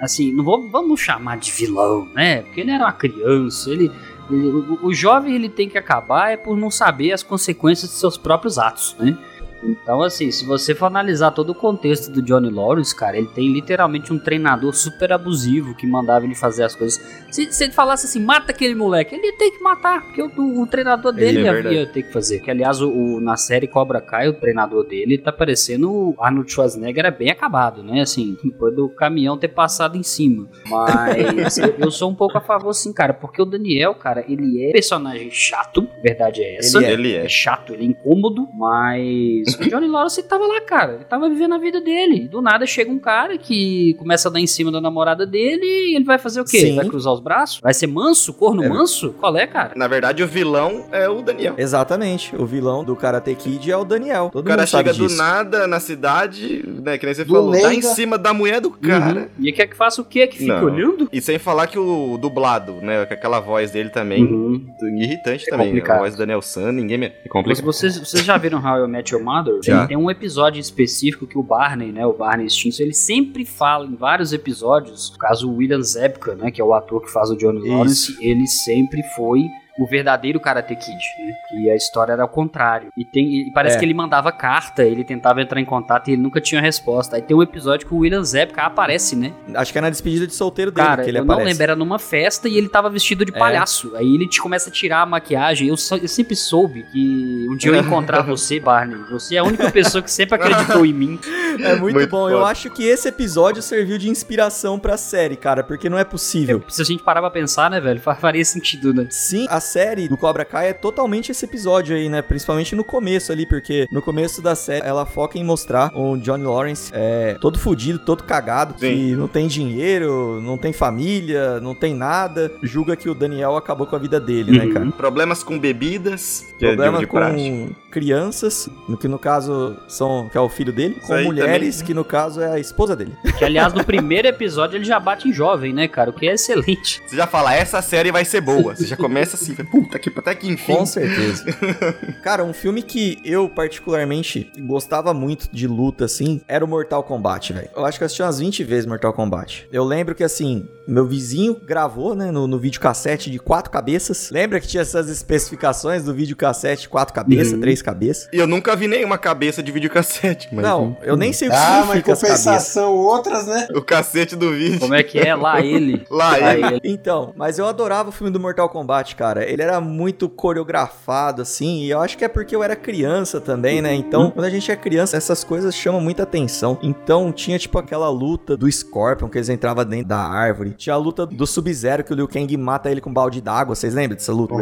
Speaker 6: Assim, não vou, vamos chamar de vilão, né? Porque ele era uma criança, ele. ele- o, o jovem ele tem que acabar é por não saber as consequências de seus próprios atos, né? Então, assim, se você for analisar todo o contexto do Johnny Lawrence, cara, ele tem literalmente um treinador super abusivo que mandava ele fazer as coisas. Se, se ele falasse assim, mata aquele moleque, ele ia ter que matar, porque o, o treinador dele
Speaker 8: Ele é
Speaker 6: ia-
Speaker 8: verdade.
Speaker 6: ia ter que fazer. Que, aliás, o, o- na série Cobra Kai, o treinador dele tá parecendo o Arnold Schwarzenegger, é bem acabado, né? Assim, depois do caminhão ter passado em cima.
Speaker 8: *laughs*
Speaker 6: Mas eu, eu sou um pouco a favor, sim, cara, porque o Daniel, cara, ele é personagem chato, verdade é essa.
Speaker 4: Ele é.
Speaker 8: Ele
Speaker 6: É
Speaker 8: é.
Speaker 6: chato, ele é incômodo, mas o Johnny Lawrence ele tava lá, cara. Ele tava vivendo a vida dele. Do nada chega um cara que começa a dar em cima da namorada dele e ele vai fazer o quê?
Speaker 4: Sim.
Speaker 6: Vai cruzar os braços? Vai ser manso? Corno
Speaker 4: É.
Speaker 6: manso? Qual é, cara?
Speaker 8: Na verdade, o vilão é o Daniel.
Speaker 4: Exatamente, o vilão do Karate Kid é o Daniel. Todo
Speaker 8: O cara
Speaker 4: mundo sabe
Speaker 8: chega
Speaker 4: disso.
Speaker 8: do nada na cidade, né? Que nem você
Speaker 5: Do
Speaker 8: falou, dá em
Speaker 5: nada.
Speaker 8: cima da mulher do cara.
Speaker 6: Uhum. E quer que faça o quê? Que fica
Speaker 8: Não.
Speaker 6: olhando?
Speaker 8: E sem falar que o dublado, né? Com aquela voz dele também.
Speaker 6: Uhum.
Speaker 8: Irritante
Speaker 6: É
Speaker 8: também. né,
Speaker 6: complicado.
Speaker 8: A voz do Daniel San, ninguém me. É
Speaker 6: Mas
Speaker 8: complicado.
Speaker 6: vocês, vocês já viram How I Met Your Mother?
Speaker 8: Já.
Speaker 6: Tem um episódio específico que o Barney, né, o Barney Stinson, ele sempre fala em vários episódios, no caso o William Zebka, né, que é o ator que faz o Johnny Lawrence, ele sempre foi o verdadeiro Karate Kid, né? E a história era ao contrário. E, tem, e parece
Speaker 4: É.
Speaker 6: que ele mandava carta, ele tentava entrar em contato e ele nunca tinha resposta. Aí tem um episódio que o William Zebka aparece, né?
Speaker 4: Acho que é na despedida de solteiro dele
Speaker 6: Cara,
Speaker 4: que ele
Speaker 6: eu
Speaker 4: aparece.
Speaker 6: não lembro, era numa festa e ele tava vestido de
Speaker 4: É.
Speaker 6: palhaço. Aí ele te começa a tirar a maquiagem. Eu, só- eu sempre soube que um dia eu
Speaker 4: *laughs*
Speaker 6: ia encontrar você, Barney. Você é a única pessoa que sempre acreditou em mim.
Speaker 4: É muito,
Speaker 8: Muito
Speaker 4: bom.
Speaker 8: foda.
Speaker 4: Eu acho que esse episódio serviu de inspiração pra série, cara, porque não é possível.
Speaker 6: Se a gente parar pra pensar, né, velho, fa- faria sentido, né?
Speaker 4: Sim, a série do Cobra Kai é totalmente esse episódio aí, né? Principalmente no começo ali, porque no começo da série ela foca em mostrar o Johnny Lawrence é, todo fudido, todo cagado, que não tem dinheiro, não tem família, não tem nada. Julga que o Daniel acabou com a vida dele, né,
Speaker 6: Uhum.
Speaker 4: cara?
Speaker 8: Problemas com bebidas, que
Speaker 4: Problema
Speaker 8: é de, de praxe.
Speaker 4: com crianças, no que no caso são que é o filho dele, com
Speaker 8: aí
Speaker 4: mulheres, que no caso é a esposa dele.
Speaker 6: Que, aliás, no primeiro episódio ele já bate em jovem, né, cara? O que é excelente.
Speaker 8: Você já fala, essa série vai ser boa. Você já começa assim. Falei, puta que até que enfim.
Speaker 4: Com certeza. *laughs* Cara, um filme que eu particularmente gostava muito de luta, assim, era o Mortal Kombat, velho. Eu acho que eu assisti umas 20 vezes Mortal Kombat. Eu lembro que, assim, meu vizinho gravou, né, no, no videocassete de quatro cabeças. Lembra que tinha essas especificações do videocassete, quatro cabeças, três cabeças?
Speaker 8: E eu nunca vi nenhuma cabeça de videocassete, mas.
Speaker 4: Não, eu nem sei o que
Speaker 5: Ah, mas em
Speaker 4: significa as cabeças.
Speaker 5: compensação, outras, né?
Speaker 8: O cacete do vídeo.
Speaker 6: Como é que é? Lá ele.
Speaker 8: Lá ele.
Speaker 4: Então, mas eu adorava o filme do Mortal Kombat, cara. Ele era muito coreografado, assim, e eu acho que é porque eu era criança também, né? Então, quando a gente é criança, essas coisas chamam muita atenção. Então, tinha, tipo, aquela luta do Scorpion, que eles entravam dentro da árvore. Tinha a luta do Sub-Zero, que o Liu Kang mata ele com um balde d'água. Vocês lembram dessa luta?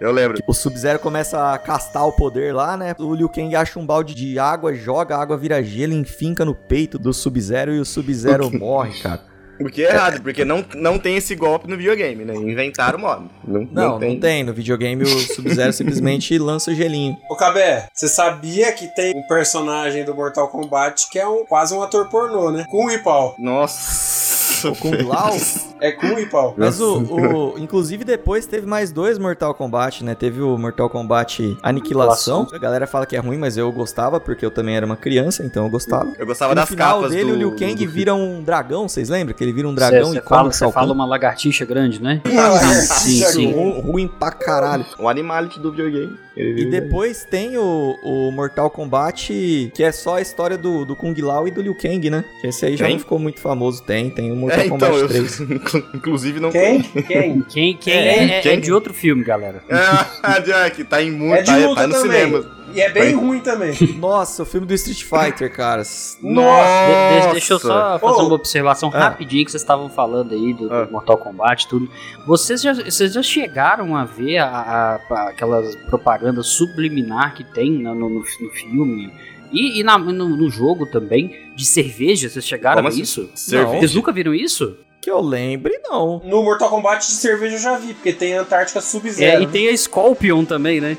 Speaker 8: Eu lembro.
Speaker 4: O Sub-Zero começa a castar o poder lá, né? O Liu Kang acha um balde de água, joga, a água vira gelo, enfinca no peito do Sub-Zero e o Sub-Zero morre, cara.
Speaker 8: O que é errado, porque não, não tem esse golpe no videogame, né? Inventaram o modo. Não,
Speaker 4: Não, não tem. No videogame, o *laughs* Sub-Zero simplesmente lança o gelinho.
Speaker 5: Ô, Cabé, você sabia que tem um personagem do Mortal Kombat que é um, quase um ator pornô, né? Kung e pau.
Speaker 8: Nossa.
Speaker 4: O Kung Lao.
Speaker 5: É Kung e
Speaker 6: *laughs*
Speaker 5: pau.
Speaker 4: Mas o, o- Inclusive, depois teve mais dois Mortal Kombat, né? Teve o Mortal Kombat Aniquilação. A galera fala que é ruim, mas eu gostava, porque eu também era uma criança, então eu gostava.
Speaker 8: *laughs* Eu gostava
Speaker 4: E no
Speaker 8: das
Speaker 4: final
Speaker 8: capas
Speaker 4: dele,
Speaker 8: do,
Speaker 4: o Liu Kang
Speaker 8: do-
Speaker 4: vira um dragão, vocês lembram? Que ele vira um dragão
Speaker 6: Cê-
Speaker 4: e
Speaker 6: cê fala,
Speaker 4: come
Speaker 6: cê fala uma lagartixa grande, né?
Speaker 5: assim.
Speaker 6: Sim, sim.
Speaker 4: Ru- Ruim pra caralho.
Speaker 8: O animality do videogame. Ele
Speaker 4: E
Speaker 8: vira-
Speaker 4: depois tem o, o Mortal Kombat, que é só a história do, do Kung Lao e do Liu Kang, né? Que esse aí já
Speaker 8: Tem?
Speaker 4: não ficou muito famoso. Tem, tem o Mortal
Speaker 8: É, então,
Speaker 4: Kombat
Speaker 8: eu,
Speaker 4: 3.
Speaker 8: *laughs* inclusive não...
Speaker 5: um. Quem? Quem?
Speaker 6: Quem, quem
Speaker 8: É,
Speaker 6: é, é-
Speaker 8: quem-
Speaker 6: é de outro filme, galera.
Speaker 8: *laughs* Ah, Jack, tá em muito,
Speaker 5: É de
Speaker 8: tá,
Speaker 5: luta
Speaker 8: tá no
Speaker 5: também.
Speaker 8: cinema.
Speaker 5: E é bem
Speaker 8: Quem?
Speaker 5: ruim também.
Speaker 4: Nossa, o filme do Street Fighter, cara.
Speaker 5: Nossa!
Speaker 6: De- de- deixa eu só fazer
Speaker 5: Ô.
Speaker 6: uma observação
Speaker 4: Ah.
Speaker 6: rapidinho que vocês estavam falando aí do, do
Speaker 8: Ah.
Speaker 6: Mortal Kombat e tudo. Vocês já, vocês já chegaram a ver a, a- a- aquelas propagandas subliminar que tem né, no, no- no filme e, e na- no, no jogo também de cerveja? Vocês chegaram
Speaker 8: Como
Speaker 6: a
Speaker 8: assim?
Speaker 6: isso? Vocês
Speaker 8: Cerveja?
Speaker 6: nunca viram isso?
Speaker 4: Que eu lembre, não.
Speaker 5: No Mortal Kombat de cerveja eu já vi, porque tem Antártica
Speaker 6: É,
Speaker 5: Sub-Zero.
Speaker 6: e tem a Scorpion também, né?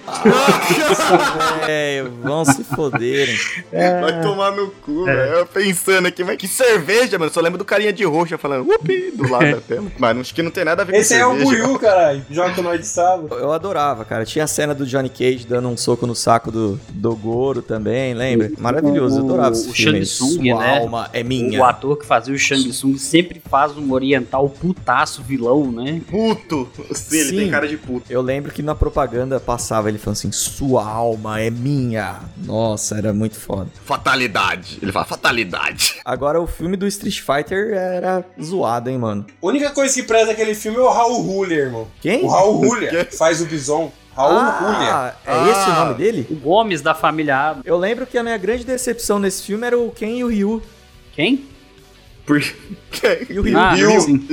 Speaker 4: É, vão se foderem.
Speaker 6: é.
Speaker 8: Vai tomar no cu, velho. Eu pensando aqui, mas que cerveja, mano. Eu só lembro do carinha de roxa falando upi do
Speaker 6: *laughs*
Speaker 8: lado da tela. Mas acho que não tem nada a ver
Speaker 5: Esse aí é
Speaker 8: com
Speaker 5: o
Speaker 8: cerveja.
Speaker 5: Buiu, caralho. Joga com nós de sábado.
Speaker 4: Eu adorava, cara. Tinha a cena do Johnny Cage dando um soco no saco do, do Goro também, lembra? Maravilhoso, eu adorava esse
Speaker 6: O
Speaker 4: filme.
Speaker 6: Shang Tsung,
Speaker 4: Sua
Speaker 6: né?
Speaker 4: alma é
Speaker 6: O
Speaker 4: minha.
Speaker 6: ator que fazia o Shang Tsung sempre faz um oriental putaço vilão, né?
Speaker 8: Puto. Sim, ele
Speaker 4: Sim.
Speaker 8: tem cara de puto.
Speaker 4: Eu lembro que na propaganda passava ele falando assim: Sua alma é minha. Nossa, era muito foda.
Speaker 8: Fatalidade. Ele fala fatalidade.
Speaker 4: Agora, o filme do Street Fighter era zoado, hein, mano?
Speaker 5: A única coisa que preza aquele filme é o Raul Huller, irmão.
Speaker 4: Quem?
Speaker 5: O Raul Huller faz o Bison. Raul Huller.
Speaker 4: ah, é esse o nome dele?
Speaker 6: O Gomes da família A.
Speaker 4: Eu lembro que a minha grande decepção nesse filme era o Ken e o Ryu.
Speaker 6: Quem?
Speaker 8: *laughs* Por quê?
Speaker 4: E o Ryu.
Speaker 6: Ah,
Speaker 8: Ryu.
Speaker 6: sim.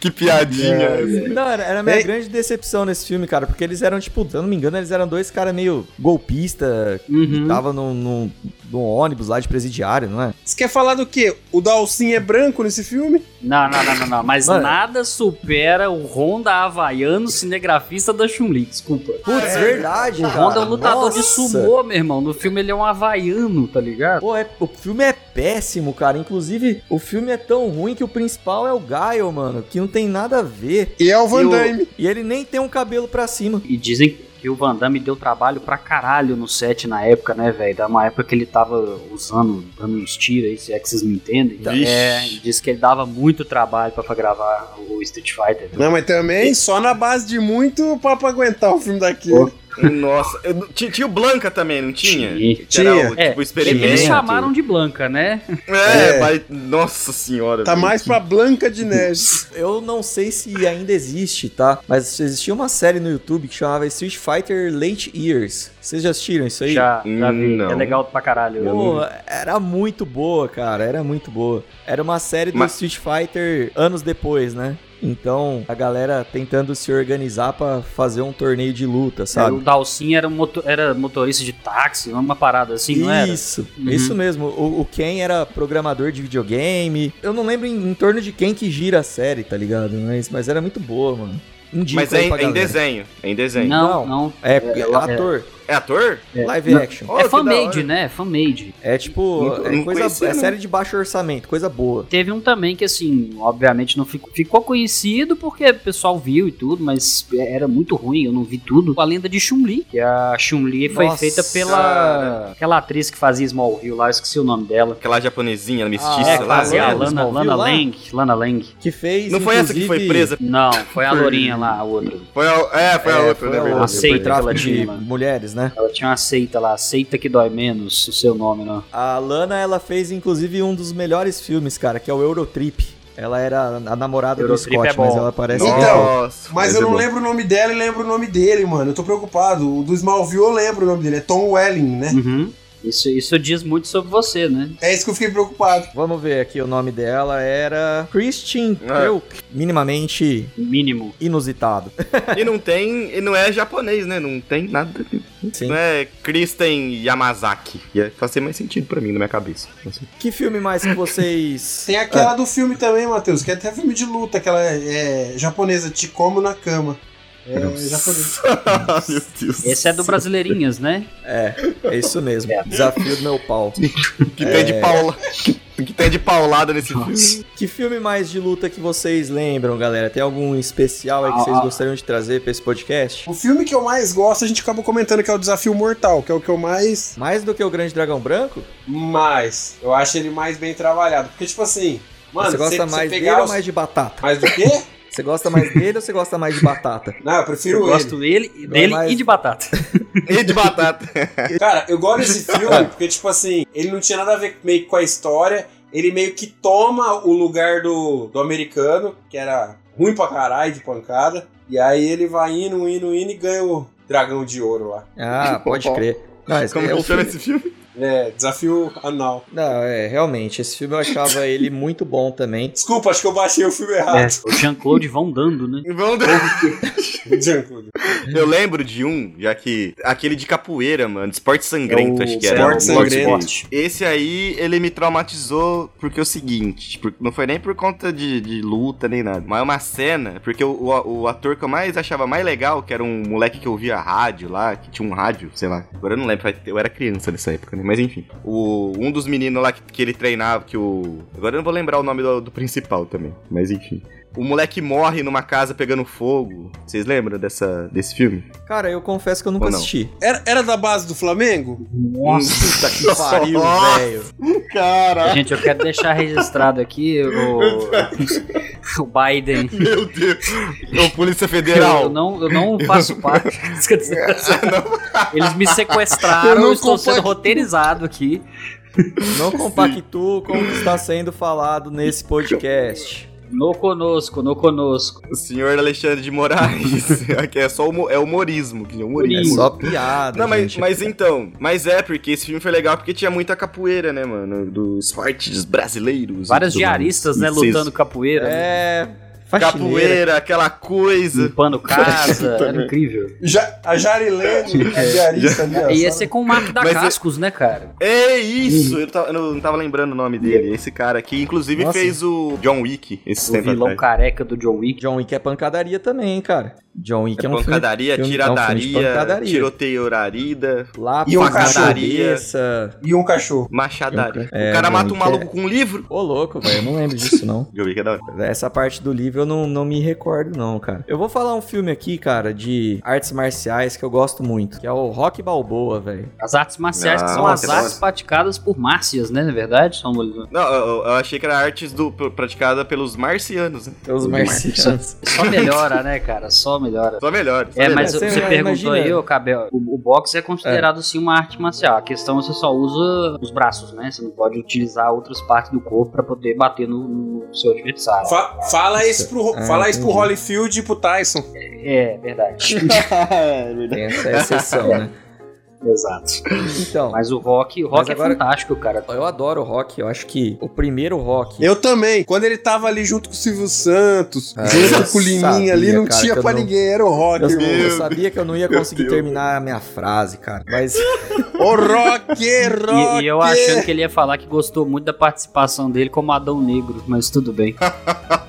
Speaker 8: que piadinha.
Speaker 6: É.
Speaker 8: essa.
Speaker 4: Não, era, era a minha
Speaker 5: Ei.
Speaker 4: grande decepção nesse filme, cara, porque eles eram, tipo, se eu não me engano, eles eram dois caras meio golpista, que
Speaker 6: Uhum.
Speaker 4: tava num, num- num ônibus lá de presidiário, não é?
Speaker 5: Você quer falar do quê? O Dalcin é branco nesse filme?
Speaker 6: Não, não, não, não, não. Mas
Speaker 4: Mano.
Speaker 6: nada supera o Honda Havaiano, cinegrafista da Chun-Li, desculpa.
Speaker 4: Putz, verdade,
Speaker 6: O
Speaker 4: cara.
Speaker 6: Honda é um lutador de
Speaker 4: Nossa.
Speaker 6: sumô, meu irmão. No filme ele é um havaiano, tá ligado?
Speaker 4: Pô, é- o filme é péssimo, cara. Inclusive, o filme é tão ruim que o principal é o Gaio, mano, que não tem nada a ver.
Speaker 5: E é o
Speaker 6: Van E o- Damme.
Speaker 4: E ele nem tem um cabelo pra cima.
Speaker 6: E dizem que o Van Damme deu trabalho pra caralho no set na época, né, velho? Da uma época que ele tava usando, dando uns tiros aí, se é que vocês me entendem.
Speaker 8: Vixe.
Speaker 6: É, diz que ele dava muito trabalho pra gravar o Street Fighter.
Speaker 5: Não, mas também só na base de muito papo aguentar o filme daqui.
Speaker 6: Pô,
Speaker 8: Nossa, eu não- tinha, tinha o Blanca também, não tinha?
Speaker 6: Tinha.
Speaker 8: Que era o,
Speaker 6: É, eles
Speaker 8: tipo, experimento.
Speaker 6: chamaram de Blanca, né?
Speaker 8: É,
Speaker 5: É.
Speaker 8: mas, nossa senhora.
Speaker 5: Tá
Speaker 8: velho.
Speaker 5: mais pra Blanca de Neves.
Speaker 4: Eu não sei se ainda existe, tá? Mas existia uma série no YouTube que chamava Street Fighter Late Years. Vocês já assistiram isso aí?
Speaker 6: Já, já
Speaker 8: Hum,
Speaker 6: vi.
Speaker 8: não.
Speaker 6: É legal pra caralho.
Speaker 4: Pô, era muito boa, cara. Era muito boa. Era uma série do
Speaker 8: Mas-
Speaker 4: Street Fighter anos depois, né? Então, a galera tentando se organizar pra fazer um torneio de luta,
Speaker 8: É,
Speaker 6: O
Speaker 4: sabe?
Speaker 6: Dalcin era, um moto- era motorista de táxi, uma parada assim, não era?
Speaker 4: Isso,
Speaker 6: Uhum.
Speaker 4: isso mesmo. O, o Ken era programador de videogame. Eu não lembro em, em torno de quem que gira a série, tá ligado? Mas, mas era muito boa, mano. Um dia
Speaker 8: Mas é em, é em desenho. É em desenho.
Speaker 4: Não.
Speaker 6: Não, não.
Speaker 4: É,
Speaker 6: É,
Speaker 4: ator.
Speaker 8: É ator?
Speaker 4: Live
Speaker 6: Não.
Speaker 4: action.
Speaker 8: Oh,
Speaker 6: é
Speaker 8: que
Speaker 6: fan-made,
Speaker 8: da hora.
Speaker 6: né? Fan-made.
Speaker 4: É tipo,
Speaker 8: Não-
Speaker 4: é
Speaker 8: não
Speaker 4: coisa,
Speaker 8: conhecia,
Speaker 4: é
Speaker 8: não.
Speaker 4: série de baixo orçamento, coisa boa.
Speaker 6: Teve um também que, assim, obviamente não ficou, ficou conhecido porque o pessoal viu e tudo, mas era muito ruim, eu não vi tudo. A lenda de Chun-Li, que a Chun-Li foi
Speaker 4: Nossa.
Speaker 6: feita pela aquela atriz que fazia Smallville lá, eu esqueci o nome dela.
Speaker 8: Aquela japonesinha
Speaker 4: Ah,
Speaker 8: mestiça
Speaker 6: é, que
Speaker 8: lá.
Speaker 6: fazia a
Speaker 4: Lana
Speaker 6: Lana,
Speaker 4: Smallville
Speaker 6: Lana
Speaker 4: lá?
Speaker 6: Lang. Lana Lang.
Speaker 4: Que fez.
Speaker 8: Não foi essa que foi
Speaker 4: inclusive,
Speaker 8: presa?
Speaker 6: Não, foi a Lourinha lá, a outra.
Speaker 8: Foi a, é, foi a
Speaker 4: É,
Speaker 8: outra,
Speaker 4: foi
Speaker 8: né?
Speaker 4: a
Speaker 8: verdade.
Speaker 4: outra,
Speaker 6: Aceita
Speaker 4: foi tráfico
Speaker 6: que ela
Speaker 4: de
Speaker 6: tinha, né?
Speaker 4: mulheres, né?
Speaker 6: Ela tinha uma seita lá, seita que dói menos, o seu nome, né?
Speaker 4: A Lana, ela fez inclusive um dos melhores filmes, cara, que é o Eurotrip. Ela era a namorada
Speaker 6: Eurotrip
Speaker 4: do Scott,
Speaker 6: é bom.
Speaker 4: mas ela parece
Speaker 5: Então,
Speaker 8: Nossa,
Speaker 5: Mas eu
Speaker 8: é
Speaker 5: não
Speaker 8: bom.
Speaker 5: lembro o nome dela e lembro o nome dele, mano. Eu tô preocupado. O do Smallville eu lembro o nome dele. É Tom Welling, né?
Speaker 6: Uhum. Isso, isso diz muito sobre você, né?
Speaker 5: É isso que eu fiquei preocupado.
Speaker 4: Vamos ver aqui o nome dela era Christine
Speaker 8: Ah.
Speaker 4: Kreuk. Minimamente
Speaker 6: Mínimo.
Speaker 4: inusitado. *laughs*
Speaker 8: E não tem. E não é japonês, né? Não tem nada.
Speaker 4: Sim.
Speaker 8: Não é Kristen Yamazaki. Ia fazer mais sentido pra mim na minha cabeça.
Speaker 5: É
Speaker 8: Assim.
Speaker 4: Que filme mais que vocês
Speaker 5: Tem aquela do filme também, Matheus, que é até filme de luta, aquela é, japonesa, Te Como na Cama. É japonesa.
Speaker 8: *laughs* Ah, Meu Deus.
Speaker 6: Esse é do Brasileirinhas, né?
Speaker 4: É isso mesmo. Desafio do meu pau.
Speaker 8: Que tem
Speaker 4: É.
Speaker 8: de paula. *laughs* Que tem de paulada nesse filme.
Speaker 4: Que filme mais de luta que vocês lembram, galera? Tem algum especial aí que vocês
Speaker 6: Ah.
Speaker 4: gostariam de trazer pra esse podcast?
Speaker 5: O filme que eu mais gosto, a gente acabou comentando que é o Desafio Mortal, que é o que eu mais
Speaker 4: Mais do que o Grande Dragão Branco?
Speaker 5: Mas eu acho ele mais bem trabalhado. Porque, tipo assim, mano,
Speaker 4: você gosta
Speaker 5: cê- cê
Speaker 4: mais dele
Speaker 5: pegar
Speaker 4: ou
Speaker 5: os-
Speaker 4: mais de batata?
Speaker 5: *laughs* mais do quê?
Speaker 4: Você gosta mais dele ou você gosta mais de batata?
Speaker 8: *laughs*
Speaker 5: Não, eu
Speaker 6: Eu
Speaker 5: prefiro ele.
Speaker 6: gosto dele, dele
Speaker 4: mais-
Speaker 6: e de batata.
Speaker 8: E de batata.
Speaker 5: Cara, eu gosto desse filme porque, tipo assim, ele não tinha nada a ver meio que com a história. Ele meio que toma o lugar do, do americano, que era ruim pra caralho de pancada. E aí ele vai indo, indo, indo e ganha o dragão de ouro lá.
Speaker 4: Ah, pode crer. Não, esse
Speaker 8: Como
Speaker 4: é o
Speaker 8: que chama
Speaker 4: filme...
Speaker 8: esse filme?
Speaker 5: É, desafio anal.
Speaker 4: Não, é, realmente, esse filme eu achava ele muito bom também.
Speaker 5: Desculpa, acho que eu baixei o filme
Speaker 6: É,
Speaker 5: errado.
Speaker 6: o Jean-Claude vão dando, né?
Speaker 8: Vamos
Speaker 4: É.
Speaker 5: *laughs* Jean-Claude.
Speaker 8: Eu lembro de um, já que. Aquele de capoeira, mano. de Esporte sangrento,
Speaker 6: É o
Speaker 8: acho que era.
Speaker 5: Esporte Sangrento.
Speaker 6: esporte.
Speaker 8: Esse aí, ele me traumatizou porque é o seguinte, por- não foi nem por conta de, de luta nem nada, mas é uma cena, porque o, o- o ator que eu mais achava mais legal, que era um moleque que ouvia rádio lá, que tinha um rádio, sei lá, agora eu não lembro, faz- eu era criança nessa época, né? mas enfim. O, um dos meninos lá que, que ele treinava, que o... Agora eu não vou lembrar o nome do, do principal também, mas enfim. O moleque morre numa casa pegando fogo. Vocês lembram dessa, desse filme?
Speaker 4: Cara, eu confesso que eu nunca
Speaker 8: Ou não? *laughs*
Speaker 4: assisti.
Speaker 5: Era, era da base do Flamengo?
Speaker 4: Nossa, que pariu,
Speaker 8: Nossa.
Speaker 4: velho.
Speaker 6: *laughs*
Speaker 8: Cara,
Speaker 6: Gente, eu quero deixar registrado aqui o, o Biden.
Speaker 8: meu Deus. Ô, Polícia Federal. *laughs*
Speaker 6: Eu não, eu não faço parte. dessa consideração. Eles me
Speaker 8: Eu
Speaker 6: sequestraram,
Speaker 8: não
Speaker 6: eu estou sendo
Speaker 8: compacto.
Speaker 6: roteirizado aqui.
Speaker 4: Não compactuo com o que está sendo falado nesse podcast.
Speaker 6: No conosco, no conosco.
Speaker 8: O senhor Alexandre de Moraes. *laughs* Aqui é só humo- é humorismo, que é
Speaker 4: É
Speaker 8: humorismo.
Speaker 4: só piada,
Speaker 8: Não, mas,
Speaker 4: gente.
Speaker 8: mas então, mas é porque esse filme foi legal porque tinha muita capoeira, né, mano? Dos esportes brasileiros. e
Speaker 6: Vários
Speaker 8: tudo mais.
Speaker 6: diaristas, né,
Speaker 8: E vocês-
Speaker 6: lutando capoeira, né?
Speaker 4: É... Faxineira.
Speaker 8: Capoeira, aquela coisa.
Speaker 6: limpando casa, era incrível.
Speaker 5: Ja, a *laughs* Jarilene, a diarista ali, ó,
Speaker 6: E ia
Speaker 5: sabe?
Speaker 6: ser com o Marco da
Speaker 8: Mas é-
Speaker 6: Cascos, né, cara?
Speaker 8: É isso! Eu, tava- eu não tava lembrando o nome dele. Esse cara aqui, inclusive,
Speaker 4: Nossa.
Speaker 8: fez o John Wick esse
Speaker 6: O
Speaker 8: tempo
Speaker 6: vilão
Speaker 8: atrás.
Speaker 6: careca do John Wick.
Speaker 4: John Wick é pancadaria também, cara. John Wick é, um filme
Speaker 8: Pancadaria,
Speaker 4: filme- é um filme de
Speaker 8: tiradaria,
Speaker 4: pancadaria.
Speaker 8: tiroteorarida,
Speaker 4: lá
Speaker 5: E um
Speaker 4: na
Speaker 8: cachorro.
Speaker 4: cabeça.
Speaker 5: E um cachorro.
Speaker 8: machadaria.
Speaker 4: É,
Speaker 8: o cara
Speaker 4: John
Speaker 8: mata um
Speaker 4: Wick é-
Speaker 8: maluco com um livro.
Speaker 4: Ô, louco, velho, eu não lembro disso, não.
Speaker 8: John Wick é da hora.
Speaker 4: Essa parte do livro eu não, não me recordo, não, cara. Eu vou falar um filme aqui, cara, de artes marciais que eu gosto muito, que é o Rock Balboa, velho.
Speaker 6: As artes marciais, que são
Speaker 8: Não,
Speaker 6: as
Speaker 8: que
Speaker 6: artes
Speaker 8: da hora.
Speaker 6: praticadas por Márcias, né? Na verdade, são
Speaker 8: Não, eu, eu achei que era artes do, pr- praticada pelos marcianos. né?
Speaker 4: Os marcianos.
Speaker 8: *laughs*
Speaker 6: só melhora, né, cara? Só melhora.
Speaker 8: Só melhores. só
Speaker 6: É, mas
Speaker 8: melhores.
Speaker 4: Você
Speaker 6: você, perguntou
Speaker 4: imagina-
Speaker 6: aí, ô Cabel, o, o boxe é considerado sim uma arte marcial. A questão é que você só usa os braços, né? Você não pode utilizar outras partes do corpo pra poder bater no, no seu adversário.
Speaker 5: Fa- fala isso pro,
Speaker 4: Ah,
Speaker 5: fala isso pro
Speaker 4: entendi.
Speaker 5: Holyfield e pro Tyson.
Speaker 4: *laughs*
Speaker 6: É, *laughs* verdade.
Speaker 4: Tem essa exceção, né?
Speaker 6: Exato.
Speaker 4: Então,
Speaker 6: Mas o rock, o rock
Speaker 4: Mas
Speaker 6: é
Speaker 4: agora-
Speaker 6: fantástico, cara.
Speaker 4: eu adoro o rock. Eu acho que o primeiro rock.
Speaker 5: Eu também. Quando ele tava ali junto com o Silvio Santos,
Speaker 4: Ah,
Speaker 5: junto
Speaker 4: eu
Speaker 5: com o Liminha
Speaker 4: sabia,
Speaker 5: ali, não
Speaker 4: cara, que
Speaker 5: tinha
Speaker 4: eu
Speaker 5: pra
Speaker 4: não-
Speaker 5: ninguém. Era o rock,
Speaker 4: Eu,
Speaker 5: irmão.
Speaker 4: eu sabia que eu não ia conseguir terminar a minha frase, cara. Mas
Speaker 5: O rock, É rock.
Speaker 6: E, e eu achando que ele ia falar que gostou muito da participação dele como Adão Negro, mas tudo bem.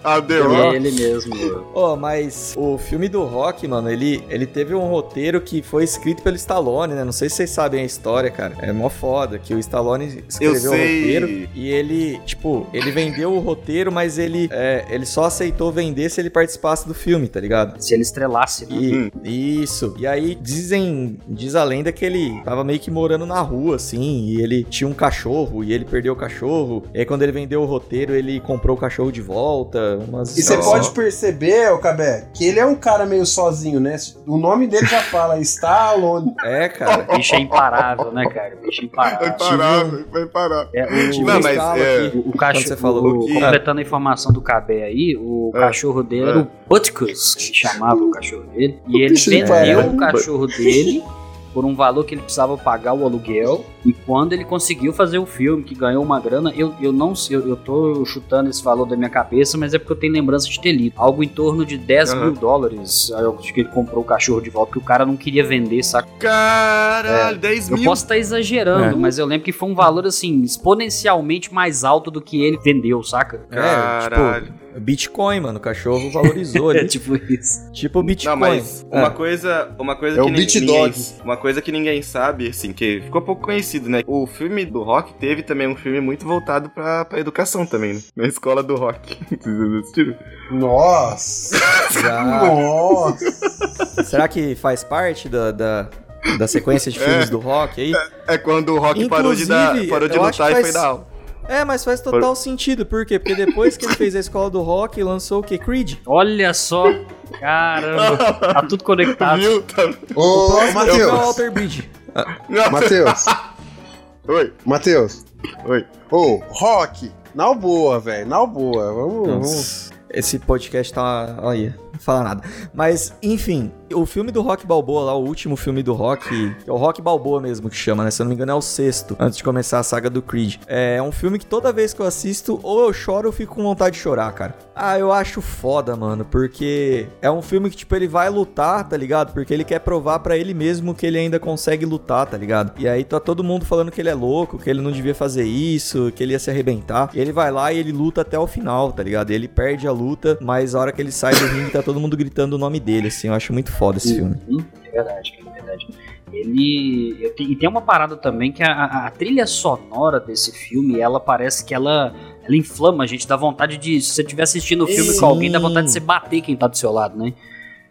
Speaker 8: Ah, The
Speaker 6: É
Speaker 8: Rock.
Speaker 6: ele mesmo.
Speaker 4: Ó, mas o filme do Rock, mano, ele, ele teve um roteiro que foi escrito pelo Stallone, né? Não sei se vocês sabem a história, cara. É mó foda que o Stallone escreveu o
Speaker 8: sei.
Speaker 4: roteiro e ele, tipo, ele vendeu o roteiro, mas ele, é, ele só aceitou vender se ele participasse do filme, tá ligado?
Speaker 6: Se ele estrelasse, né?
Speaker 4: E,
Speaker 5: Uhum.
Speaker 8: Hum.
Speaker 4: Isso. E aí dizem, diz a lenda que ele tava meio que morando na rua, assim, e ele tinha um cachorro e ele perdeu o cachorro. E aí quando ele vendeu o roteiro, ele comprou o cachorro de volta. Umas
Speaker 5: E você
Speaker 8: Ó.
Speaker 5: pode perceber, ô Cabé, que ele é um cara meio sozinho, né? O nome dele já fala Stallone.
Speaker 4: É, cara.
Speaker 6: O bicho é imparável, né, cara? O bicho é
Speaker 8: Vai
Speaker 6: imparável.
Speaker 8: parar, vai parar.
Speaker 6: É, o,
Speaker 8: Não, mas, é,
Speaker 6: o, o
Speaker 4: Quando você
Speaker 6: cachorro,
Speaker 4: falou
Speaker 6: o-
Speaker 8: que-
Speaker 6: completando a informação do Cabé aí, o
Speaker 8: É.
Speaker 6: cachorro dele
Speaker 8: É.
Speaker 6: era o Butkus, que chamava o cachorro dele. E ele
Speaker 5: bicho
Speaker 6: vendeu
Speaker 4: é.
Speaker 5: parado.
Speaker 6: o cachorro dele por um valor que ele precisava pagar o aluguel. E quando ele conseguiu fazer o filme, que ganhou uma grana, eu, eu não sei, eu, eu tô chutando esse valor da minha cabeça, mas é porque eu tenho lembrança de ter lido. Algo em torno de 10
Speaker 8: Aham.
Speaker 6: mil dólares. Aí Eu acho que ele comprou o cachorro de volta, que o cara não queria vender, saca?
Speaker 8: Caralho, 10
Speaker 6: Eu
Speaker 8: mil.
Speaker 6: posso estar exagerando,
Speaker 4: É.
Speaker 6: mas eu lembro que foi um valor assim, exponencialmente mais alto do que ele vendeu, saca?
Speaker 4: É,
Speaker 8: Caralho.
Speaker 4: tipo, Bitcoin, mano. O cachorro
Speaker 8: *laughs*
Speaker 4: valorizou
Speaker 6: É
Speaker 4: ali.
Speaker 6: *laughs* tipo isso.
Speaker 4: tipo Bitcoin.
Speaker 8: Não, mas uma
Speaker 4: É.
Speaker 8: coisa, uma coisa
Speaker 5: É
Speaker 8: que
Speaker 5: o
Speaker 8: nin-
Speaker 5: Beat
Speaker 8: ninguém,
Speaker 5: Dog.
Speaker 8: uma coisa que ninguém sabe, assim, que ficou pouco conhecido, né? O filme do Rock teve também um filme muito voltado pra, pra educação também, né? Na escola do Rock. *laughs* Vocês assistiram?
Speaker 5: Nossa.
Speaker 4: *laughs* Já-
Speaker 5: Nossa.
Speaker 4: Será que faz parte da, da, da sequência
Speaker 8: *laughs*
Speaker 4: de filmes do rock aí?
Speaker 8: É quando o Rock É. parou de dar,
Speaker 4: Inclusive,
Speaker 8: parou de
Speaker 4: eu acho
Speaker 8: lutar e
Speaker 4: que
Speaker 8: foi
Speaker 4: faz-
Speaker 8: dar aula.
Speaker 4: É, mas faz total sentido. Por quê? Porque depois que ele fez a escola do rock, lançou o quê? Creed.
Speaker 6: Olha só, caramba, tá tudo conectado.
Speaker 8: Viu? Tá...
Speaker 4: O
Speaker 5: Ô,
Speaker 4: próximo filme é o
Speaker 5: Matheus.
Speaker 4: Walter Bridge.
Speaker 5: Matheus.
Speaker 8: *laughs* Oi.
Speaker 5: Matheus.
Speaker 8: Oi.
Speaker 5: Ô, rock. Na boa, velho. Na boa. Vamos, vamos.
Speaker 4: Nossa, Esse podcast tá. Olha, não fala nada. Mas, enfim, o filme do Rock Balboa lá, o último filme do Rock, que é o Rock Balboa mesmo que chama, né? Se eu não me engano, é o sexto, antes de começar a saga do Creed. É um filme que toda vez que eu assisto, ou eu choro ou fico com vontade de chorar, cara. Ah, eu acho foda, mano, porque é um filme que, tipo, ele vai lutar, tá ligado? Porque ele quer provar pra ele mesmo que ele ainda consegue lutar, tá ligado? E aí tá todo mundo falando que ele é louco, que ele não devia fazer isso, que ele ia se arrebentar. E ele vai lá e ele luta até o final, tá ligado? Ele perde a luta, mas a hora que ele sai do ringue tá todo mundo gritando o nome dele, assim. Eu acho muito foda esse filme.
Speaker 6: Uhum, É verdade, cara, é verdade. Ele. eu te- E tem uma parada também que a, a- a trilha sonora desse filme, ela parece que ela. Ela inflama a gente, dá vontade de. Se você estiver assistindo o filme
Speaker 4: Sim.
Speaker 6: com alguém, dá vontade de você bater quem tá do seu lado, né?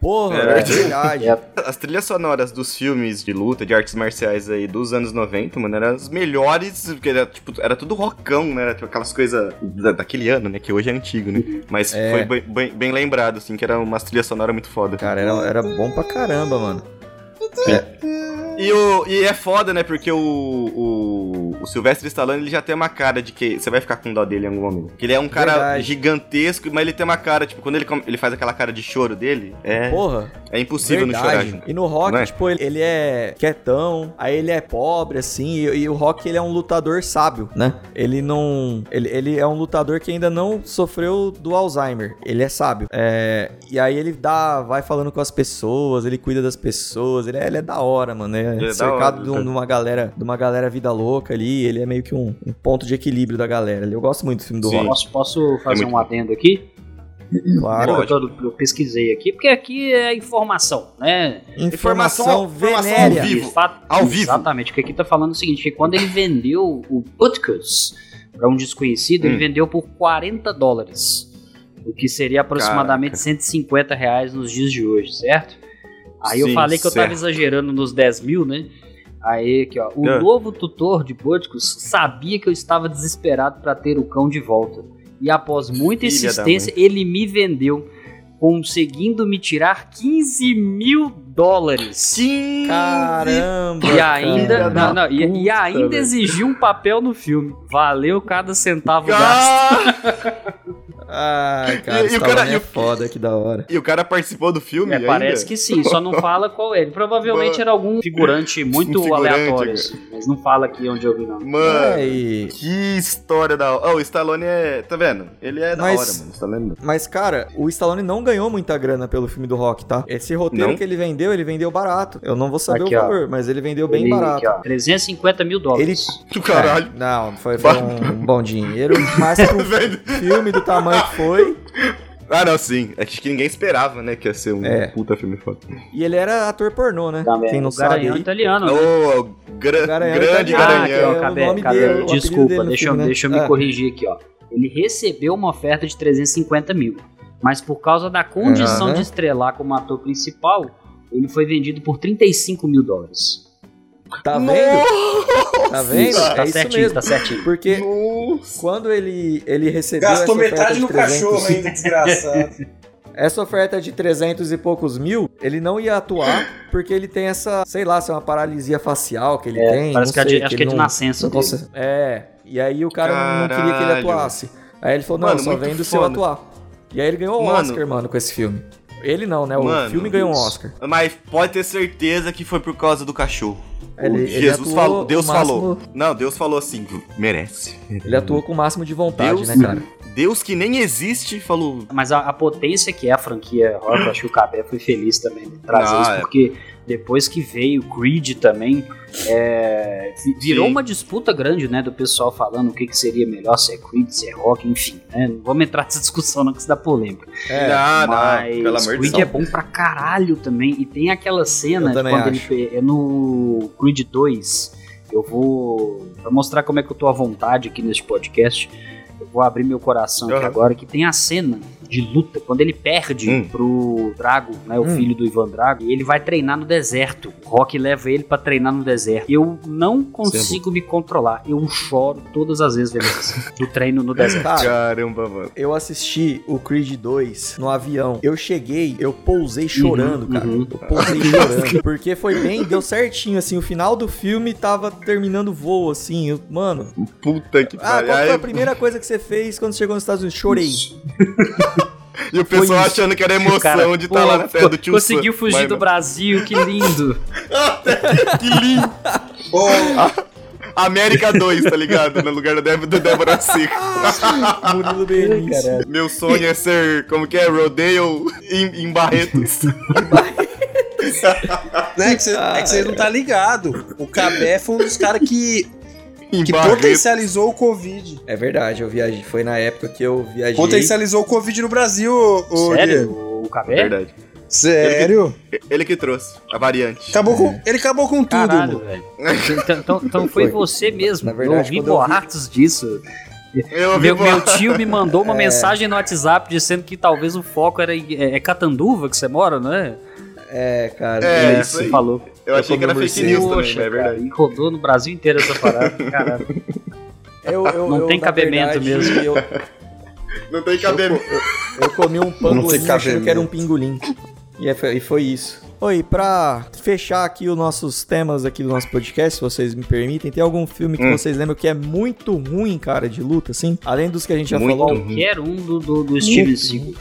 Speaker 4: Porra,
Speaker 8: É.
Speaker 4: é verdade.
Speaker 6: É.
Speaker 8: As trilhas sonoras dos filmes de luta, de artes marciais aí dos anos 90, mano, eram as melhores, porque era, tipo, era tudo rockão, né? Era, tipo, aquelas coisas da- daquele ano, né? Que hoje é antigo, né? Mas
Speaker 4: É.
Speaker 8: foi bem, bem- bem lembrado, assim, que era uma trilha sonora muito foda.
Speaker 4: Cara, era, era bom pra caramba, mano.
Speaker 8: E, o, e é foda, né? Porque o, o, o Sylvester Stallone, ele já tem uma cara de que você vai ficar com dó dele em algum momento. Porque ele é um cara
Speaker 4: Verdade.
Speaker 8: gigantesco, mas ele tem uma cara, tipo, quando ele, come- ele faz aquela cara de choro dele, é,
Speaker 4: Porra,
Speaker 8: é impossível não chorar. junto.
Speaker 4: E no rock,
Speaker 8: Não é?
Speaker 4: tipo, ele, ele é quietão, aí ele é pobre, assim, e, e o rock ele é um lutador sábio, né? Ele não. Ele, ele é um lutador que ainda não sofreu do Alzheimer. Ele é sábio. É, e aí ele dá. Vai falando com as pessoas, ele cuida das pessoas. Ele é, ele é da hora, mano.
Speaker 8: é
Speaker 4: Ele é,
Speaker 8: da
Speaker 4: cercado
Speaker 8: hora,
Speaker 4: de, um-
Speaker 8: tá.
Speaker 4: de uma galera, de uma galera vida louca ali. Ele é meio que um, um ponto de equilíbrio da galera. Eu gosto muito do filme do
Speaker 8: Sim.
Speaker 4: rock.
Speaker 6: Posso, posso fazer
Speaker 8: muito
Speaker 6: um
Speaker 8: bom.
Speaker 6: adendo aqui?
Speaker 4: Claro.
Speaker 8: Pode.
Speaker 6: Eu, tô- eu pesquisei aqui, porque aqui é informação, né?
Speaker 4: Informação,
Speaker 8: Informação-
Speaker 4: venérea.
Speaker 8: ao vivo.
Speaker 6: Fato-
Speaker 8: Ao vivo.
Speaker 6: Exatamente, porque aqui tá falando o seguinte, que quando ele vendeu o Butkus pra um desconhecido,
Speaker 8: Hum.
Speaker 6: ele vendeu por 40 dólares, o que seria aproximadamente
Speaker 8: Caraca.
Speaker 6: 150 reais nos dias de hoje, certo? Aí eu
Speaker 8: Sim,
Speaker 6: falei que eu tava
Speaker 8: certo.
Speaker 6: exagerando nos 10 mil, né? Aí aqui, ó. O
Speaker 8: É.
Speaker 6: novo tutor de Butkus sabia que eu estava desesperado pra ter o cão de volta. E após muita
Speaker 8: Filha da
Speaker 6: insistência, ele me vendeu, conseguindo me tirar 15 mil dólares.
Speaker 8: Sim!
Speaker 4: Caramba.
Speaker 6: E ainda,
Speaker 4: cara.
Speaker 6: não, não, e, e ainda
Speaker 8: velho.
Speaker 6: exigiu um papel no filme. Valeu cada centavo gasto.
Speaker 8: Ah!
Speaker 4: Ai, cara,
Speaker 8: E- e o
Speaker 4: e,
Speaker 8: cara- e
Speaker 4: é
Speaker 8: o-
Speaker 4: foda, que da hora.
Speaker 8: E o cara participou do filme
Speaker 6: É,
Speaker 8: ainda?
Speaker 6: parece que sim, só não fala qual é. Ele provavelmente
Speaker 8: Mano.
Speaker 6: era algum figurante muito
Speaker 8: Um figurante,
Speaker 6: aleatório,
Speaker 8: cara.
Speaker 6: assim, mas não fala aqui onde eu vi, não.
Speaker 8: Mano,
Speaker 4: Ai,
Speaker 8: que história da hora. Ó, o Stallone é... Tá vendo? Ele é
Speaker 4: Mas-
Speaker 8: da hora, mano. O Stallone...
Speaker 4: Mas, cara, o Stallone não ganhou muita grana pelo filme do Rock, tá? Esse roteiro
Speaker 8: Não?
Speaker 4: que ele vendeu, ele vendeu barato. Eu não vou saber
Speaker 6: Aqui,
Speaker 4: o
Speaker 6: ó.
Speaker 4: valor, mas ele vendeu bem
Speaker 6: Ele-
Speaker 4: barato.
Speaker 6: aqui, ó, 350 mil dólares.
Speaker 8: Que caralho.
Speaker 4: É, não, foi, foi um bom dinheiro, mas pro
Speaker 8: *laughs* Velho.
Speaker 4: filme do tamanho que foi.
Speaker 8: Ah, não, sim. É que ninguém esperava, né, que ia ser um
Speaker 4: É.
Speaker 8: puta filme foda.
Speaker 4: E ele era ator pornô, né?
Speaker 8: Tá
Speaker 6: Também.
Speaker 4: Quem não
Speaker 6: o Garanhão
Speaker 4: sabe é aí.
Speaker 6: italiano, né?
Speaker 8: Ô, gra-
Speaker 4: Garanhão tá
Speaker 8: grande
Speaker 4: É italiano.
Speaker 6: Ah,
Speaker 4: Garanhão.
Speaker 6: aqui,
Speaker 8: garanhão.
Speaker 6: ó,
Speaker 4: É o
Speaker 6: Cabé,
Speaker 4: nome
Speaker 6: Cabé,
Speaker 4: dele, o apelido
Speaker 6: desculpa,
Speaker 4: dele no
Speaker 6: deixa, eu-
Speaker 4: filme, né?
Speaker 6: deixa eu me
Speaker 4: Ah.
Speaker 6: corrigir aqui, ó. Ele recebeu uma oferta de 350 mil, mas por causa da condição
Speaker 4: Aham.
Speaker 6: de estrelar como ator principal, ele foi vendido por 35 mil dólares.
Speaker 4: Tá vendo? Tá vendo?
Speaker 6: Isso, tá
Speaker 4: é isso
Speaker 6: certinho,
Speaker 4: mesmo.
Speaker 6: tá certinho.
Speaker 4: Porque quando ele, ele recebeu
Speaker 5: Gastou
Speaker 4: essa oferta
Speaker 5: metade
Speaker 4: de
Speaker 5: no
Speaker 4: 300,
Speaker 5: cachorro ainda, desgraçado.
Speaker 4: Essa oferta de 300 e poucos mil, ele não ia atuar porque ele tem essa, sei lá, se é uma paralisia facial que ele
Speaker 6: É,
Speaker 4: tem.
Speaker 6: parece
Speaker 4: não
Speaker 6: que é de-
Speaker 4: sei,
Speaker 6: acho que é de
Speaker 4: não-
Speaker 6: nascença
Speaker 4: não
Speaker 6: dele.
Speaker 4: consegue- É, e aí o cara não- não queria que ele
Speaker 8: né? Caralho.
Speaker 4: atuasse. Aí ele falou, não,
Speaker 8: Mano,
Speaker 4: só
Speaker 8: muito
Speaker 4: vem do seu
Speaker 8: foda.
Speaker 4: atuar. E aí ele ganhou o
Speaker 8: Mano.
Speaker 4: Oscar, mano, com esse filme. Ele não, né? O
Speaker 8: Mano,
Speaker 4: filme ganhou um
Speaker 8: isso.
Speaker 4: Oscar.
Speaker 8: Mas pode ter certeza que foi por causa do cachorro.
Speaker 4: Ele- ele
Speaker 8: Jesus
Speaker 4: atuou
Speaker 8: falou, Deus
Speaker 4: o máximo-
Speaker 8: falou. Não, Deus falou assim, merece.
Speaker 4: Ele atuou com o máximo de vontade,
Speaker 8: Deus
Speaker 4: né, cara?
Speaker 8: Deus que nem existe falou.
Speaker 6: Mas a, a potência que é a franquia Horror, acho que o Cabé foi feliz também de trazer
Speaker 8: Ah,
Speaker 6: isso,
Speaker 8: é.
Speaker 6: porque depois que veio o Creed também, é, vi- virou
Speaker 8: Sim.
Speaker 6: uma disputa grande, né, do pessoal falando o que, que seria melhor, se é Creed, se é Rock, enfim, né, não vamos entrar nessa *laughs* discussão não, que isso dá polêmica.
Speaker 4: É,
Speaker 8: ah,
Speaker 6: Mas
Speaker 8: não, pelo amor de
Speaker 6: Creed
Speaker 8: Deus.
Speaker 6: é bom pra caralho também, e tem aquela cena
Speaker 4: Eu também
Speaker 6: quando
Speaker 4: acho.
Speaker 6: ele pe- é no Creed 2, eu vou pra mostrar como é que eu tô à vontade aqui neste podcast. Eu vou abrir meu coração aqui
Speaker 8: Aham.
Speaker 6: agora, que tem a cena de luta, quando ele perde
Speaker 8: Hum.
Speaker 6: pro Drago, né, o
Speaker 4: Hum.
Speaker 6: filho do Ivan Drago, e ele vai treinar no deserto. O Rock leva ele pra treinar no deserto. Eu não
Speaker 8: é
Speaker 6: consigo me controlar. Eu choro todas as vezes vendo isso.
Speaker 8: *laughs*
Speaker 6: do treino no deserto.
Speaker 8: Tá,
Speaker 4: Cara,
Speaker 8: Caramba, mano.
Speaker 4: Eu assisti o Creed 2 no avião. Eu cheguei, eu pousei chorando,
Speaker 6: Uhum,
Speaker 4: cara.
Speaker 6: uhum.
Speaker 4: Eu pousei
Speaker 5: *laughs*
Speaker 4: chorando. Porque foi bem, deu certinho, assim. O final do filme tava terminando o voo, assim. eu- mano.
Speaker 8: Puta que
Speaker 4: Ah,
Speaker 8: pariu.
Speaker 4: qual foi a
Speaker 8: Aí-
Speaker 4: primeira coisa que você fez quando chegou nos Estados Unidos? Chorei.
Speaker 8: E o pessoal
Speaker 4: isso.
Speaker 8: achando
Speaker 4: *laughs*
Speaker 8: que era emoção
Speaker 6: Cara,
Speaker 8: de estar lá na
Speaker 6: pô,
Speaker 8: fé do tio
Speaker 6: Conseguiu
Speaker 8: Sam.
Speaker 6: fugir
Speaker 8: Mas,
Speaker 6: do Brasil, que
Speaker 8: *laughs*
Speaker 6: lindo.
Speaker 8: mano, Que lindo.
Speaker 5: Ô,
Speaker 4: *laughs*
Speaker 8: América 2, tá ligado? No lugar do, Dé- do Débora Seco.
Speaker 4: Murilo Benício.
Speaker 8: Meu sonho é ser, como que é, rodeio em,
Speaker 4: *laughs*
Speaker 8: em Barretos.
Speaker 5: né, que cê- é que vocês *laughs* não tá ligado. O Cabé foi um dos caras que,
Speaker 8: Em
Speaker 5: que
Speaker 8: Barretos.
Speaker 5: potencializou o Covid.
Speaker 4: É verdade, eu viajei. Foi na época que eu viajei.
Speaker 5: Potencializou o Covid no Brasil, ô, ô,
Speaker 6: Sério?
Speaker 5: Diego.
Speaker 6: O
Speaker 8: É
Speaker 6: Cabé?
Speaker 8: verdade.
Speaker 5: Sério?
Speaker 8: Ele que trouxe a variante.
Speaker 4: Tá
Speaker 5: Acabou
Speaker 4: É.
Speaker 5: com, ele acabou com tudo,
Speaker 6: Caralho,
Speaker 5: irmão.
Speaker 6: é velho. Então, então- então foi
Speaker 4: Foi.
Speaker 6: você mesmo.
Speaker 4: Na verdade,
Speaker 6: eu ouvi
Speaker 4: quando eu vi-
Speaker 6: boatos disso.
Speaker 8: Eu ouvi É.
Speaker 6: Meu,
Speaker 8: falar.
Speaker 6: meu tio me mandou uma mensagem no WhatsApp dizendo que talvez o foco era em- é, é Catanduva que você mora, não é?
Speaker 4: É, cara.
Speaker 8: É,
Speaker 6: Ele
Speaker 8: isso aí.
Speaker 6: falou.
Speaker 8: Eu achei que era fake news também, mas é
Speaker 6: cara,
Speaker 8: verdade.
Speaker 6: e rodou no Brasil inteiro essa parada.
Speaker 8: *laughs*
Speaker 6: Caralho.
Speaker 4: Eu, eu-
Speaker 6: Não
Speaker 4: eu,
Speaker 6: tem
Speaker 4: na verdade,
Speaker 6: cabimento mesmo.
Speaker 4: Eu,
Speaker 8: Não tem cabelo.
Speaker 4: Eu
Speaker 8: *laughs*
Speaker 4: comi um
Speaker 5: Não tem
Speaker 4: pangolim achando
Speaker 5: cabimento.
Speaker 4: que era um pingolim. E é- foi, e foi isso. Oi, pra fechar aqui os nossos temas aqui do nosso podcast, se vocês me permitem, tem algum filme que
Speaker 8: Hum.
Speaker 4: vocês lembram que é muito ruim, cara, de luta, assim? Além dos que a gente já
Speaker 8: Muito
Speaker 4: falou.
Speaker 8: ruim.
Speaker 6: Qualquer um do, do,
Speaker 8: Uhum.
Speaker 6: do Steven Seagal.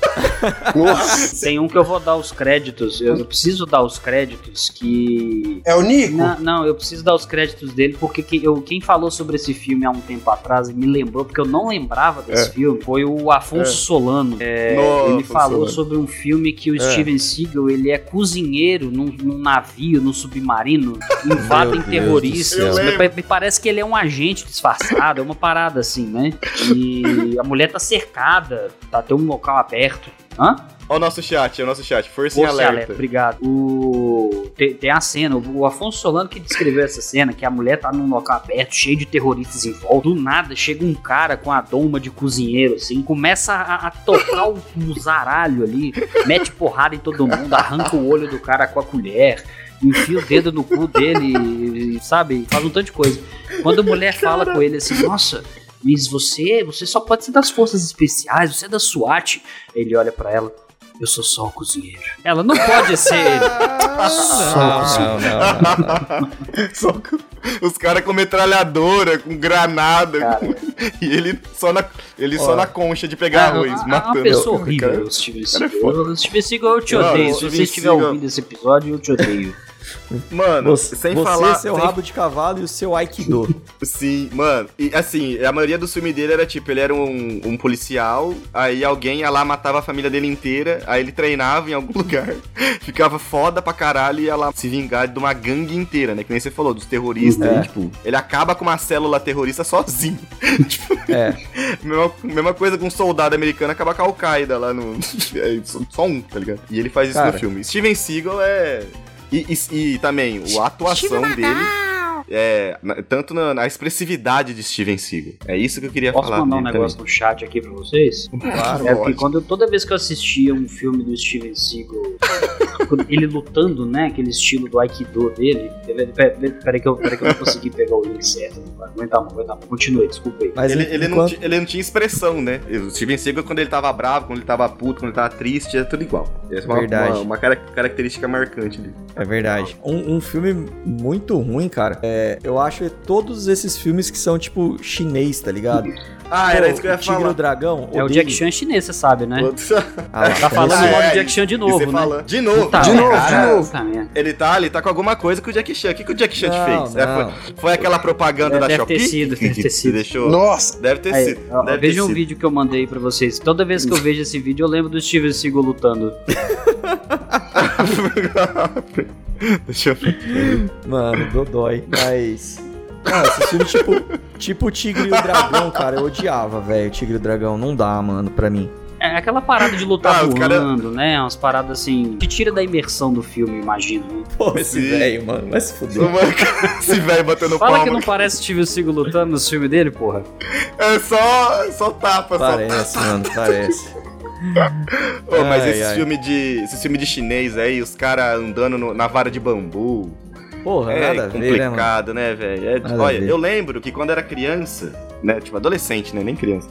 Speaker 6: Tem um que eu vou dar os créditos.
Speaker 8: Uhum.
Speaker 6: Eu eu preciso dar os créditos que
Speaker 5: É o Nico?
Speaker 6: Na- não, eu preciso dar os créditos dele, porque que- eu, quem falou sobre esse filme há um tempo atrás e me lembrou, porque eu não lembrava desse filme, foi o Afonso
Speaker 8: É.
Speaker 6: Solano. É,
Speaker 8: Nossa,
Speaker 6: ele falou
Speaker 8: Solano. É.
Speaker 6: sobre um filme que o Steven Seagal, ele é cozinheiro num, num navio, num
Speaker 8: *laughs*
Speaker 6: submarino, invadem
Speaker 1: Deus do
Speaker 6: terroristas.
Speaker 8: céu.
Speaker 6: Me, me parece que ele é um agente disfarçado, é uma parada assim, né? E a mulher tá cercada, tá, tem um local aberto. Hã?
Speaker 8: Olha o nosso chat, é o nosso chat. Força, em
Speaker 6: Força
Speaker 8: alerta.
Speaker 6: alerta. obrigado. O... Tem, tem a cena, o o Afonso Solano que descreveu essa cena, que a mulher tá num local aberto, cheio de terroristas em volta. Do nada, chega um cara com a doma de cozinheiro, assim, começa a, a tocar o, o zaralho ali, mete porrada em todo mundo, arranca o olho do cara com a colher, enfia o dedo no cu dele, e- e, sabe? Faz um tanto de coisa. Quando a mulher fala com ele assim, nossa... Mas você, você só pode ser das forças especiais, você é da SWAT. Ele olha pra ela. Eu sou só o cozinheiro. Ela não pode ser ele.
Speaker 8: *laughs*
Speaker 4: Ah, não, não, não, não.
Speaker 8: *laughs* Só com- Os caras com metralhadora, com granada. *laughs* E ele só na, ele só na concha de *laughs* pegar
Speaker 6: É,
Speaker 8: arroz,
Speaker 6: é
Speaker 8: matando.
Speaker 6: uma pessoa
Speaker 8: o cara.
Speaker 6: horrível, o Steven
Speaker 8: cara é
Speaker 6: Seagal. O Steven Seagal, eu te
Speaker 8: Mano,
Speaker 6: odeio.
Speaker 8: o
Speaker 6: Se
Speaker 8: Steven
Speaker 6: você estiver
Speaker 8: Seagal-
Speaker 6: ouvindo esse episódio, eu te
Speaker 8: *laughs*
Speaker 6: odeio.
Speaker 8: Mano,
Speaker 4: Você,
Speaker 8: sem
Speaker 4: você, é
Speaker 8: falar.
Speaker 4: seu
Speaker 8: sem-
Speaker 4: rabo de cavalo e o seu aikido.
Speaker 8: Sim, mano. E assim, a maioria dos filmes dele era tipo, ele era um, um policial, aí alguém ia lá, matava a família dele inteira, aí ele treinava em algum *laughs* lugar, ficava foda pra caralho e ia lá se vingar de uma gangue inteira, né? Que nem você falou, dos terroristas.
Speaker 4: É.
Speaker 8: e, tipo, ele acaba com uma célula terrorista sozinho. *laughs* tipo,
Speaker 4: É.
Speaker 8: *laughs* mesma, mesma coisa com um soldado americano acabar com a Al-Qaeda lá no. *laughs* é, só, só um, tá ligado? E ele faz isso
Speaker 4: Cara.
Speaker 8: no filme. Steven Seagal é. E, e- e também, a atuação dele. É, na- tanto na, na expressividade de Steven Seagal. É isso que eu queria
Speaker 6: Posso
Speaker 8: falar.
Speaker 6: mandar um
Speaker 8: dele
Speaker 6: negócio no chat aqui pra vocês?
Speaker 8: Claro,
Speaker 6: é porque
Speaker 8: lógico.
Speaker 6: quando, eu- toda vez que eu assistia um filme do Steven Seagal, *laughs* quando ele lutando, né? Aquele estilo do Aikido dele. Peraí pera que, eu- pera que eu não consegui pegar o link certo. Aguenta a mão, aguenta a mão. Continue, desculpa aí.
Speaker 4: Mas
Speaker 8: Ele,
Speaker 4: en-
Speaker 8: ele, não,
Speaker 4: enquanto-
Speaker 8: ti- ele não tinha expressão, né? O Steven Seagal, quando ele tava bravo, quando ele tava puto, quando ele tava triste, é tudo igual. Essa é uma,
Speaker 4: Verdade.
Speaker 8: uma, uma cara- característica marcante dele.
Speaker 4: É verdade. Um, um filme muito ruim, cara. É, eu acho todos esses filmes que são tipo chinês, tá ligado?
Speaker 8: Ah,
Speaker 4: Pô,
Speaker 8: era isso que eu
Speaker 4: o
Speaker 8: ia
Speaker 4: Tigre e o
Speaker 8: falar.
Speaker 4: Dragão.
Speaker 6: É o
Speaker 4: odeio.
Speaker 6: Jack Chan chinês, você sabe, né?
Speaker 8: *laughs*
Speaker 4: Ah,
Speaker 6: Tá falando
Speaker 8: Ah,
Speaker 6: mal
Speaker 8: é,
Speaker 6: do Jack Chan de
Speaker 8: E você
Speaker 6: novo, né?
Speaker 8: fala, de novo,
Speaker 6: Puta
Speaker 8: de
Speaker 6: merda,
Speaker 8: novo,
Speaker 6: cara.
Speaker 8: de novo.
Speaker 6: Puta merda.
Speaker 8: Ele tá, ele tá com alguma coisa com o Jack Chan. O que, que o Jack Chan te
Speaker 4: Não,
Speaker 8: fez? É,
Speaker 4: não.
Speaker 8: foi, foi aquela propaganda
Speaker 6: É,
Speaker 8: da
Speaker 6: deve
Speaker 8: Shopee?
Speaker 6: ter sido, deve ter
Speaker 8: Que
Speaker 6: sido.
Speaker 8: Deixou...
Speaker 5: Nossa!
Speaker 8: Deve ter
Speaker 6: Aí,
Speaker 8: sido.
Speaker 6: ó,
Speaker 8: deve ter
Speaker 6: veja um
Speaker 8: sido.
Speaker 6: vídeo que eu mandei pra vocês. Toda vez que eu vejo esse vídeo, eu lembro do Steven Seagal lutando.
Speaker 8: *laughs* Deixa eu ver.
Speaker 4: Mano, Dodói. Mas. Ah, esses filmes tipo, tipo o Tigre e o Dragão, cara, eu odiava, velho. O Tigre e o Dragão não dá, mano, pra mim.
Speaker 6: É aquela parada de lutar
Speaker 8: Ah, os
Speaker 6: voando,
Speaker 8: cara-
Speaker 6: né? Umas paradas assim. Te tira da imersão do filme, imagino. né?
Speaker 4: Pô,
Speaker 8: esse
Speaker 4: esse
Speaker 8: velho,
Speaker 4: velho, mano, vai se fuder.
Speaker 8: Mano, Esse velho batendo
Speaker 6: Fala que
Speaker 8: palma.
Speaker 6: não parece Steven Seagal lutando nos filmes dele, porra.
Speaker 8: É só, só tapa, só tapa.
Speaker 4: Parece, mano, parece.
Speaker 8: Ô, mas
Speaker 4: Ai,
Speaker 8: esse,
Speaker 4: ai.
Speaker 8: Filme de, esse filme de chinês aí, os caras andando no- na vara de bambu.
Speaker 4: Porra,
Speaker 8: é
Speaker 4: nada a ver, né, mano?
Speaker 8: complicado, né, velho? É-
Speaker 4: Nada a
Speaker 8: olha,
Speaker 4: ver.
Speaker 8: eu lembro que quando era criança, né, tipo adolescente, né, nem criança,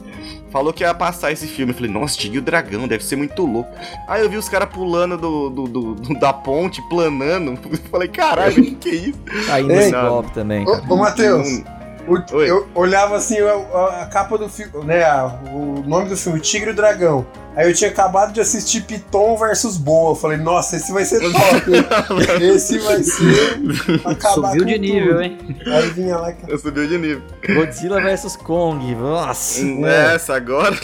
Speaker 8: falou que ia passar esse filme. Eu falei, nossa, Tigre e o Dragão, deve ser muito louco. Aí eu vi os caras pulando do, do- do- do- da ponte, planando. *laughs* Eu falei, caralho,
Speaker 4: *laughs*
Speaker 8: que que é isso?
Speaker 4: Ainda
Speaker 5: Ei,
Speaker 4: Tá esse
Speaker 8: nada.
Speaker 4: golpe também, cara.
Speaker 5: Ô, ô Matheus,
Speaker 6: Hum.
Speaker 5: o-
Speaker 8: Oi.
Speaker 5: eu olhava assim a, a- a capa do filme, né? a- o nome do filme, Tigre e o Dragão. Aí eu tinha acabado de assistir Piton versus Boa. Eu falei, nossa, esse vai ser top.
Speaker 6: *laughs*
Speaker 5: hein? esse vai ser. Acabar
Speaker 6: Subiu
Speaker 5: com
Speaker 6: de nível,
Speaker 5: tudo.
Speaker 6: hein?
Speaker 5: Aí vinha lá.
Speaker 8: Eu subiu de nível.
Speaker 4: Godzilla vs Kong, nossa. né? mano.
Speaker 8: Nessa agora.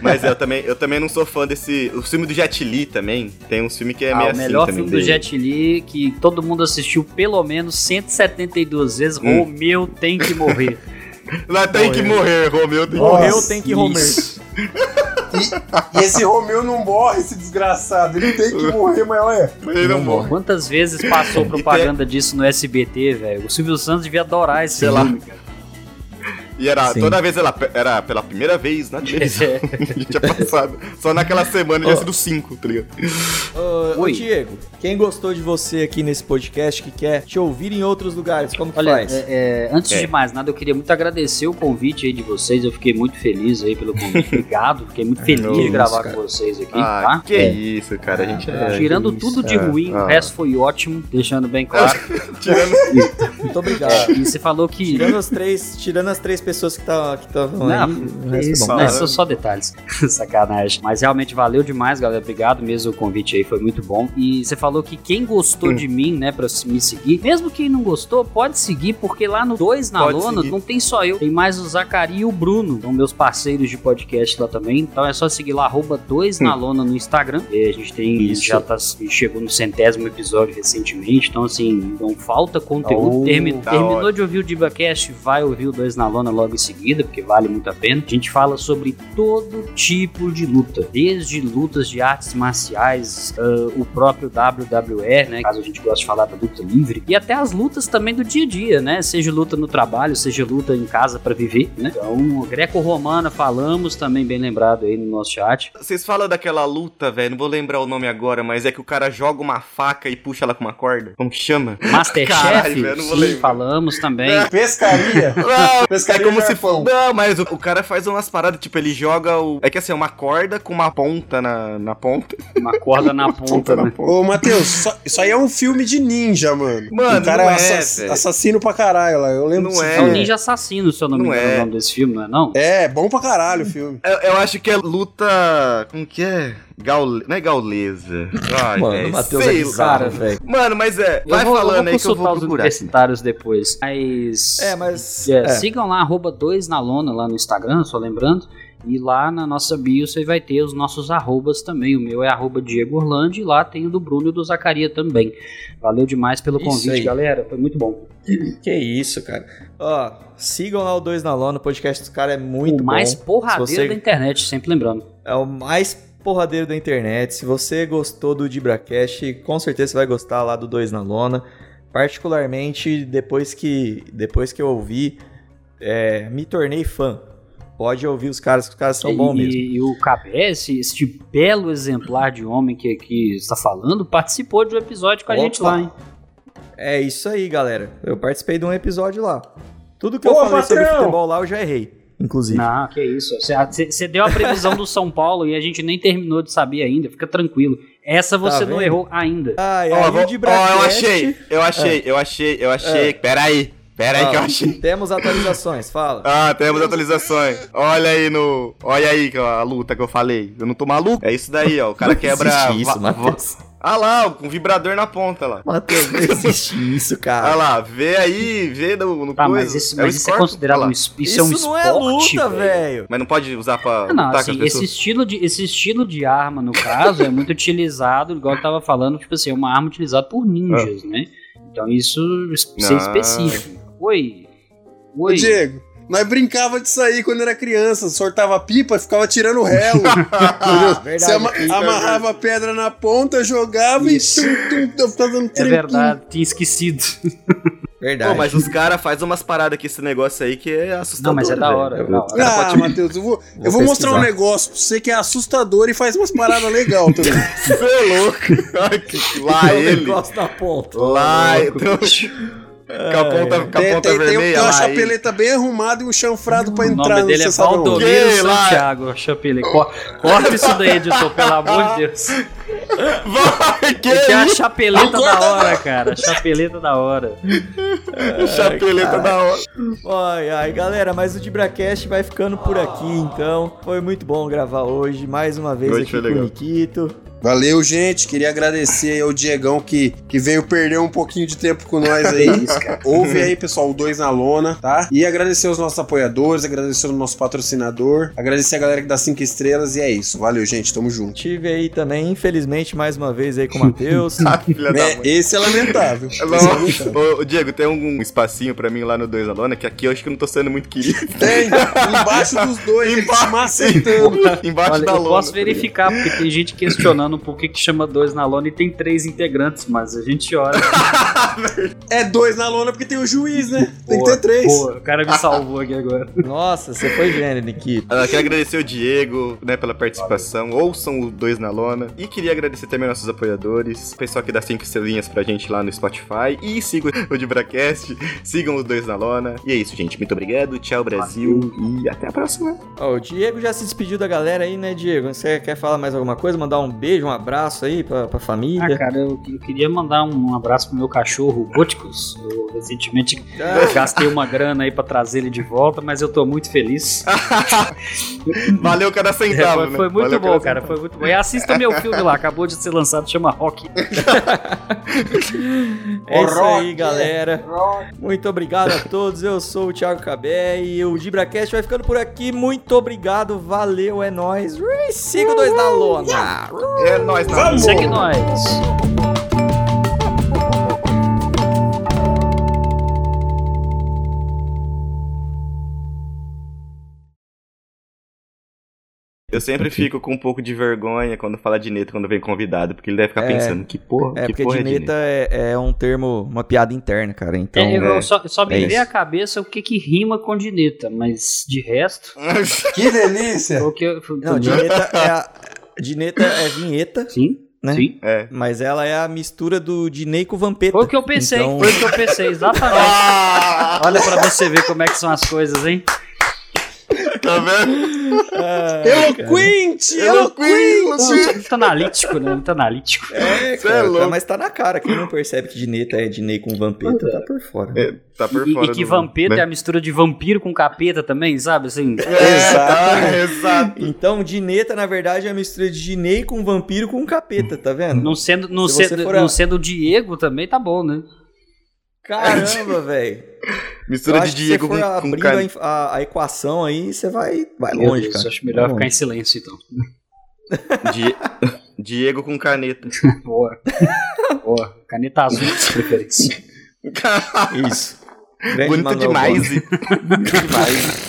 Speaker 8: Mas eu também, eu também não sou fã desse. O filme do Jet Li também. Tem um filme que é
Speaker 6: Ah,
Speaker 8: meio
Speaker 6: o
Speaker 8: assim
Speaker 6: melhor
Speaker 8: também
Speaker 6: filme do
Speaker 8: dele.
Speaker 6: Jet Li que todo mundo assistiu pelo menos 172 vezes.
Speaker 8: Hum.
Speaker 6: Romeu tem que morrer.
Speaker 8: Lá tem que morrer, Romeu. Tem...
Speaker 5: Nossa.
Speaker 4: Morreu, tem que romer.
Speaker 6: Isso.
Speaker 5: E esse Romeu não morre, esse desgraçado. Ele tem que morrer, mas olha.
Speaker 8: que- Ele não,
Speaker 4: Não
Speaker 8: morre.
Speaker 6: Quantas vezes passou propaganda disso no SBT, velho? O Silvio Santos devia adorar esse
Speaker 8: Sei lá.
Speaker 6: filme, *laughs* cara.
Speaker 8: E era,
Speaker 4: Sim.
Speaker 8: toda vez ela era pela primeira vez na televisão.
Speaker 6: É,
Speaker 8: que *laughs* tinha passado. Só naquela semana já
Speaker 4: Ó.
Speaker 8: tinha sido cinco, tá ligado?
Speaker 4: Ô, ô,
Speaker 6: Oi.
Speaker 4: Diego, quem gostou de você aqui nesse podcast que quer te ouvir em outros lugares, como que
Speaker 6: Olha,
Speaker 4: faz?
Speaker 6: é, é, antes
Speaker 8: É.
Speaker 6: de mais nada, eu queria muito agradecer o convite aí de vocês. Eu fiquei muito feliz aí pelo
Speaker 8: *laughs*
Speaker 6: convite. Obrigado, fiquei muito feliz
Speaker 4: Nossa,
Speaker 6: de gravar
Speaker 4: cara.
Speaker 6: com vocês aqui,
Speaker 8: É Ah,
Speaker 6: tá?
Speaker 8: que isso, cara. A gente é.
Speaker 6: Tirando
Speaker 4: que
Speaker 6: tudo
Speaker 4: isso,
Speaker 6: de ruim,
Speaker 8: ah.
Speaker 6: o resto foi ótimo, deixando bem claro.
Speaker 8: *laughs* Tirando...
Speaker 4: Muito obrigado.
Speaker 6: É, e você falou que.
Speaker 4: Tirando as três, tirando as três pessoas que tá- que estavam
Speaker 6: Não,
Speaker 4: aí, o resto é
Speaker 6: isso,
Speaker 4: bom.
Speaker 6: né, são só detalhes. *laughs* Sacanagem. Mas realmente valeu demais, galera. Obrigado mesmo o convite aí, foi muito bom. E você falou que quem gostou de mim, né, pra se- me seguir, mesmo quem não gostou, pode seguir, porque lá no 2 na
Speaker 8: Pode
Speaker 6: lona
Speaker 8: seguir.
Speaker 6: não tem só eu, tem mais o Zacari e o Bruno, são meus parceiros de podcast lá também. Então é só seguir lá, arroba 2 na lona no Instagram. E a gente tem,
Speaker 4: Isso.
Speaker 6: já tá, chegou no centésimo episódio recentemente, então assim, não falta conteúdo.
Speaker 8: Oh,
Speaker 6: Termi-
Speaker 8: tá
Speaker 6: terminou
Speaker 8: ótimo.
Speaker 6: Terminou de ouvir o DibaCast, vai ouvir o 2 na Lona logo em seguida, porque vale muito a pena. A gente fala sobre todo tipo de luta, desde lutas de artes marciais, ah, o próprio WWE, né? Caso a gente goste de falar da luta livre, e até as lutas também do dia a dia, né? Seja luta no trabalho, seja luta em casa pra viver, né? Então, greco-romana falamos, também bem lembrado aí no nosso
Speaker 8: *laughs*
Speaker 6: chat.
Speaker 8: Vocês falam daquela luta, velho. Não vou lembrar o nome agora, mas é que o cara joga uma faca e puxa ela com uma corda. Como que chama? Caralho,
Speaker 6: Masterchef,
Speaker 8: velho, não vou
Speaker 6: sim,
Speaker 8: lembrar.
Speaker 6: falamos também.
Speaker 5: Pescaria.
Speaker 8: Não, é
Speaker 5: Pescaria
Speaker 8: como se
Speaker 5: Japão.
Speaker 8: for. Não, mas o, o cara faz umas paradas, tipo, ele joga o. É que assim, é uma corda com uma ponta na, na ponta.
Speaker 6: Uma corda
Speaker 8: *laughs*
Speaker 6: na ponta,
Speaker 8: é.
Speaker 6: né?
Speaker 5: Ô, Matheus, só- isso aí é um filme de ninja, mano.
Speaker 8: Mano,
Speaker 5: o cara
Speaker 8: não é,
Speaker 5: assa-
Speaker 8: velho.
Speaker 5: assassino pra caralho lá. Eu lembro
Speaker 8: Não
Speaker 5: desse
Speaker 8: é.
Speaker 6: É um
Speaker 5: filme.
Speaker 6: ninja assassino, se eu não me
Speaker 8: Não
Speaker 6: engano,
Speaker 8: é.
Speaker 6: o nome desse filme, não é não?
Speaker 5: É, bom pra caralho o filme.
Speaker 8: Eu, eu acho que é luta. Como que é? Gaule... Não é gaulesa. Ai,
Speaker 4: Mano,
Speaker 8: velho,
Speaker 4: o Matheus é
Speaker 8: sei lá.
Speaker 4: bizarro, velho.
Speaker 8: Mano, mas é.
Speaker 6: Eu
Speaker 8: Vai
Speaker 6: vou, eu
Speaker 8: falando aí que eu
Speaker 6: consultar
Speaker 8: vou
Speaker 6: os
Speaker 8: procurar.
Speaker 6: universitários depois. Mas.
Speaker 4: É, mas.
Speaker 6: É,
Speaker 4: é.
Speaker 6: Sigam lá, arroba 2 na lona lá no Instagram, só lembrando. E lá na nossa bio você vai ter os nossos arrobas também. O meu é arroba Diego Orlando e lá tem o do Bruno e o do Zacaria também. Valeu demais pelo
Speaker 4: Isso
Speaker 6: convite,
Speaker 4: aí.
Speaker 6: galera. Foi muito bom.
Speaker 4: Que isso, cara. Ó, sigam lá o 2 na lona, o podcast dos caras é muito
Speaker 6: o mais
Speaker 4: bom.
Speaker 6: porradeiro
Speaker 4: Se você-
Speaker 6: da internet, sempre lembrando.
Speaker 4: É o mais porradeiro da internet. Se você gostou do DibraCast, com certeza você vai gostar lá do 2 na lona. Particularmente depois que, depois que eu ouvi, é, me tornei fã. Pode ouvir os caras, que os caras são bons
Speaker 6: e,
Speaker 4: mesmo.
Speaker 6: e o KBS, este belo exemplar de homem que aqui está falando, participou de um episódio com a
Speaker 4: Opa.
Speaker 6: gente lá, hein?
Speaker 4: É isso aí, galera. Eu participei de um episódio lá. Tudo que eu
Speaker 5: Boa,
Speaker 4: falei sobre
Speaker 5: patrão!
Speaker 4: futebol lá, eu já errei, inclusive.
Speaker 6: Não, que isso. Você deu a previsão do São Paulo e a gente nem terminou de saber ainda, fica tranquilo. Essa você não
Speaker 4: vendo?
Speaker 6: errou ainda.
Speaker 4: Ai,
Speaker 8: Ó,
Speaker 4: Ah, é aí
Speaker 8: vou-
Speaker 4: o DibraCast...
Speaker 8: ó, eu achei, eu achei, eu achei, eu achei. Peraí, peraí que eu
Speaker 4: É. Ah,
Speaker 8: achei.
Speaker 4: Temos atualizações, fala.
Speaker 8: Ah, temos atualizações. Olha aí no. Olha aí ó, a luta que eu falei. Eu não tô maluco? É isso daí, ó. *laughs* O cara quebra.
Speaker 4: existe isso,
Speaker 8: va-
Speaker 4: Matheus.
Speaker 8: va- Ah lá, com vibrador na ponta lá.
Speaker 4: Matheus,
Speaker 8: *laughs*
Speaker 4: não existe isso,
Speaker 8: Ah
Speaker 4: cara.
Speaker 8: lá, vê aí, vê no, no
Speaker 6: Tá,
Speaker 8: coisa.
Speaker 6: mas, esse,
Speaker 8: o
Speaker 6: mas isso é
Speaker 8: Scorpion,
Speaker 6: considerado
Speaker 8: olha
Speaker 6: um,
Speaker 8: lá.
Speaker 6: es- isso é um esporte.
Speaker 4: velho.
Speaker 8: Mas não pode usar pra
Speaker 6: Não,
Speaker 8: lutar
Speaker 6: assim,
Speaker 8: Tá com as
Speaker 6: esse
Speaker 8: *laughs* pessoas.
Speaker 6: estilo, de, esse estilo de arma, no caso, é muito utilizado, igual eu tava falando, tipo assim, é uma arma utilizada por ninjas, né? Então isso es- ser
Speaker 8: Não.
Speaker 6: específico. Oi.
Speaker 5: Ô,
Speaker 6: Oi.
Speaker 5: Diego, nós brincava disso aí quando era criança, sortava pipa e ficava tirando relo. entendeu?
Speaker 4: verdade,
Speaker 5: Você ama-
Speaker 4: pipa,
Speaker 5: amarrava a pedra na ponta, jogava
Speaker 6: Isso.
Speaker 5: e tum, tum, tum, ficava dando
Speaker 6: É
Speaker 5: trinquinho.
Speaker 6: verdade, tinha esquecido.
Speaker 4: Verdade.
Speaker 8: Pô, mas os caras fazem umas paradas com esse negócio aí que é assustador.
Speaker 6: Não, mas é da
Speaker 8: velho.
Speaker 6: hora.
Speaker 4: Eu-
Speaker 6: da hora.
Speaker 5: Ah, Matheus, eu vou, eu vou
Speaker 4: pesquisar.
Speaker 5: mostrar um negócio pra você que é assustador e faz umas paradas tá legais
Speaker 8: *laughs*
Speaker 5: também.
Speaker 8: Você *laughs* é louco.
Speaker 4: Tem
Speaker 8: Lá
Speaker 4: um
Speaker 8: ele.
Speaker 4: negócio na ponta.
Speaker 8: Lá, então.
Speaker 5: *laughs*
Speaker 8: Com a ponta, com a
Speaker 5: Tem, tem, tem,
Speaker 8: ponta
Speaker 5: um- tem
Speaker 8: vermelha.
Speaker 5: uma
Speaker 8: lá, ele.
Speaker 5: chapeleta bem arrumada e um chanfrado pra
Speaker 6: O
Speaker 5: entrar
Speaker 6: nome dele é
Speaker 5: cessadão.
Speaker 6: Valdomiro
Speaker 8: Que lá-
Speaker 6: Santiago. Chapele. Co- Corta isso daí, editor, pelo amor de Deus.
Speaker 8: *laughs* Vai, que
Speaker 6: Que é a
Speaker 8: isso?
Speaker 6: chapeleta da hora, cara. A chapeleta da
Speaker 5: *laughs*
Speaker 6: hora.
Speaker 8: Chapeleta da hora.
Speaker 4: Ai, ai, galera, mas o DibraCast vai ficando por aqui, então. Foi muito bom gravar hoje, mais uma vez
Speaker 8: Hoje
Speaker 4: aqui
Speaker 8: foi
Speaker 4: com o
Speaker 8: legal.
Speaker 4: Nikito.
Speaker 5: Valeu, gente. Queria agradecer aí ao Diegão que, que veio perder um pouquinho de tempo com nós aí. Ouve aí, pessoal, o 2 na lona, tá? E agradecer os nossos apoiadores, agradecer o nosso patrocinador, agradecer a galera que dá 5 estrelas e é isso. Valeu, gente. Tamo junto.
Speaker 4: Tive aí também, infelizmente, mais uma vez aí com o
Speaker 8: *laughs*
Speaker 4: Matheus.
Speaker 8: Ah, filha da
Speaker 5: Né?
Speaker 8: mãe.
Speaker 5: Esse é lamentável. Esse é lamentável.
Speaker 8: Não, ô, ô, Diego, tem um espacinho pra mim lá no 2 Alona, que aqui eu acho que eu não tô sendo muito querido.
Speaker 5: Tem, embaixo dos dois, ele te macetando.
Speaker 8: *laughs* Embaixo
Speaker 5: tá
Speaker 6: Olha,
Speaker 8: da
Speaker 6: eu
Speaker 8: lona.
Speaker 6: posso verificar, porque tem gente questionando por que, que chama dois na lona e tem três integrantes, mas a gente olha.
Speaker 5: É dois na lona porque tem o juiz, né? *laughs* Tem que
Speaker 6: Boa,
Speaker 5: ter três.
Speaker 6: boa, o cara me salvou aqui agora.
Speaker 4: Nossa, você foi gênio, Nikito.
Speaker 8: Ah, quero agradecer o Diego, né, pela participação. Ouçam o 2 na lona. E queria agradecer também nossos apoiadores, o pessoal que dá 5 estrelinhas pra gente lá no Spotify. E sigam o Dibracast, sigam os 2 na lona. E é isso, gente. Muito obrigado. Tchau, Brasil. E até a próxima.
Speaker 4: Ó, o Diego já se despediu da galera aí, né, Diego? Você quer falar mais alguma coisa? Mandar um beijo, um abraço aí pra, pra
Speaker 6: *laughs* Ah,
Speaker 4: família?
Speaker 6: cara, eu, eu queria mandar um, abraço pro meu cachorro, o Boticus. Eu recentemente
Speaker 5: Ah.
Speaker 6: gastei uma grana aí pra trazer ele de volta, mas eu tô muito feliz.
Speaker 5: Ah, tá,
Speaker 8: Valeu
Speaker 6: *laughs*
Speaker 8: cada
Speaker 6: É,
Speaker 8: centavo,
Speaker 6: *laughs* foi,
Speaker 8: né?
Speaker 6: foi muito
Speaker 8: Valeu
Speaker 6: bom,
Speaker 8: cada
Speaker 6: cara. Foi muito bom. E assista meu filme lá, acabou de ser lançado, chama Rock.
Speaker 4: É isso aí,
Speaker 5: Rock.
Speaker 4: galera. Muito obrigado a todos. Eu sou o Thiago Cabé e o DibraCast vai ficando por aqui. Muito obrigado, valeu, é nóis. Ui, Siga o dois da lona.
Speaker 8: centavo. É nóis, na
Speaker 5: Vamos!
Speaker 6: Segue nós.
Speaker 8: Eu sempre fico com um pouco de vergonha quando fala de neta quando vem convidado, porque ele deve ficar
Speaker 4: É.
Speaker 8: pensando, que porra,
Speaker 4: É,
Speaker 8: que
Speaker 4: porque
Speaker 8: porra é de
Speaker 4: dineta
Speaker 8: neta?
Speaker 4: é, é um termo, uma piada interna, cara. Então,
Speaker 6: É, eu- eu só, só me
Speaker 4: é
Speaker 6: veio
Speaker 4: isso.
Speaker 6: à cabeça o que que rima com dineta, mas de resto,
Speaker 4: É.
Speaker 5: Que delícia.
Speaker 6: o que eu...
Speaker 4: não, dineta é a- dineta é vinheta,
Speaker 6: Sim?
Speaker 4: né?
Speaker 6: Sim.
Speaker 8: É.
Speaker 4: Mas ela é a mistura do Dinei com o Vampeta.
Speaker 6: Foi o que eu pensei,
Speaker 4: Então-
Speaker 6: foi o que eu pensei, exatamente.
Speaker 8: Ah,
Speaker 6: Olha pra você ver como é que são as coisas, hein?
Speaker 8: tá vendo? *laughs*
Speaker 4: Ah,
Speaker 5: É Eloquente!
Speaker 8: Eloquente!
Speaker 6: Não, é Muito analítico, né? Muito analítico.
Speaker 4: é,
Speaker 8: Cê
Speaker 4: cara,
Speaker 8: é louco.
Speaker 4: mas tá na cara. Quem não percebe que Dinei tá- é Dinei com Vampeta, tá por fora.
Speaker 8: É, Tá por
Speaker 6: E, e
Speaker 8: fora
Speaker 6: que
Speaker 8: do-
Speaker 6: vampeta é
Speaker 8: né?
Speaker 6: a mistura de vampiro com capeta também, sabe? Assim,
Speaker 8: É, tá. *laughs* Exato, exato.
Speaker 4: Então, Dineta, na verdade, é a mistura de Dinei com vampiro com capeta, tá vendo?
Speaker 6: não sendo, não
Speaker 4: Se você
Speaker 6: sendo,
Speaker 4: for a-
Speaker 6: não sendo o Diego também, tá bom, né?
Speaker 4: Caramba, velho. Eu
Speaker 8: Mistura
Speaker 4: acho
Speaker 8: de
Speaker 4: que se
Speaker 8: Diego
Speaker 4: for
Speaker 8: com, com
Speaker 4: abrindo
Speaker 8: carne.
Speaker 4: a, a- a equação aí, você vai, vai
Speaker 6: Meu
Speaker 4: É longe,
Speaker 6: Deus,
Speaker 4: cara.
Speaker 6: Acho melhor
Speaker 4: Vai
Speaker 6: ficar em
Speaker 4: longe.
Speaker 6: silêncio, então.
Speaker 8: *laughs* Die- Diego com caneta.
Speaker 6: Boa. *laughs* Boa. Caneta azul, de preferência.
Speaker 4: Isso. Grande
Speaker 8: Bonito
Speaker 4: Manuel
Speaker 8: demais.
Speaker 4: Gomes.
Speaker 8: Bonito demais.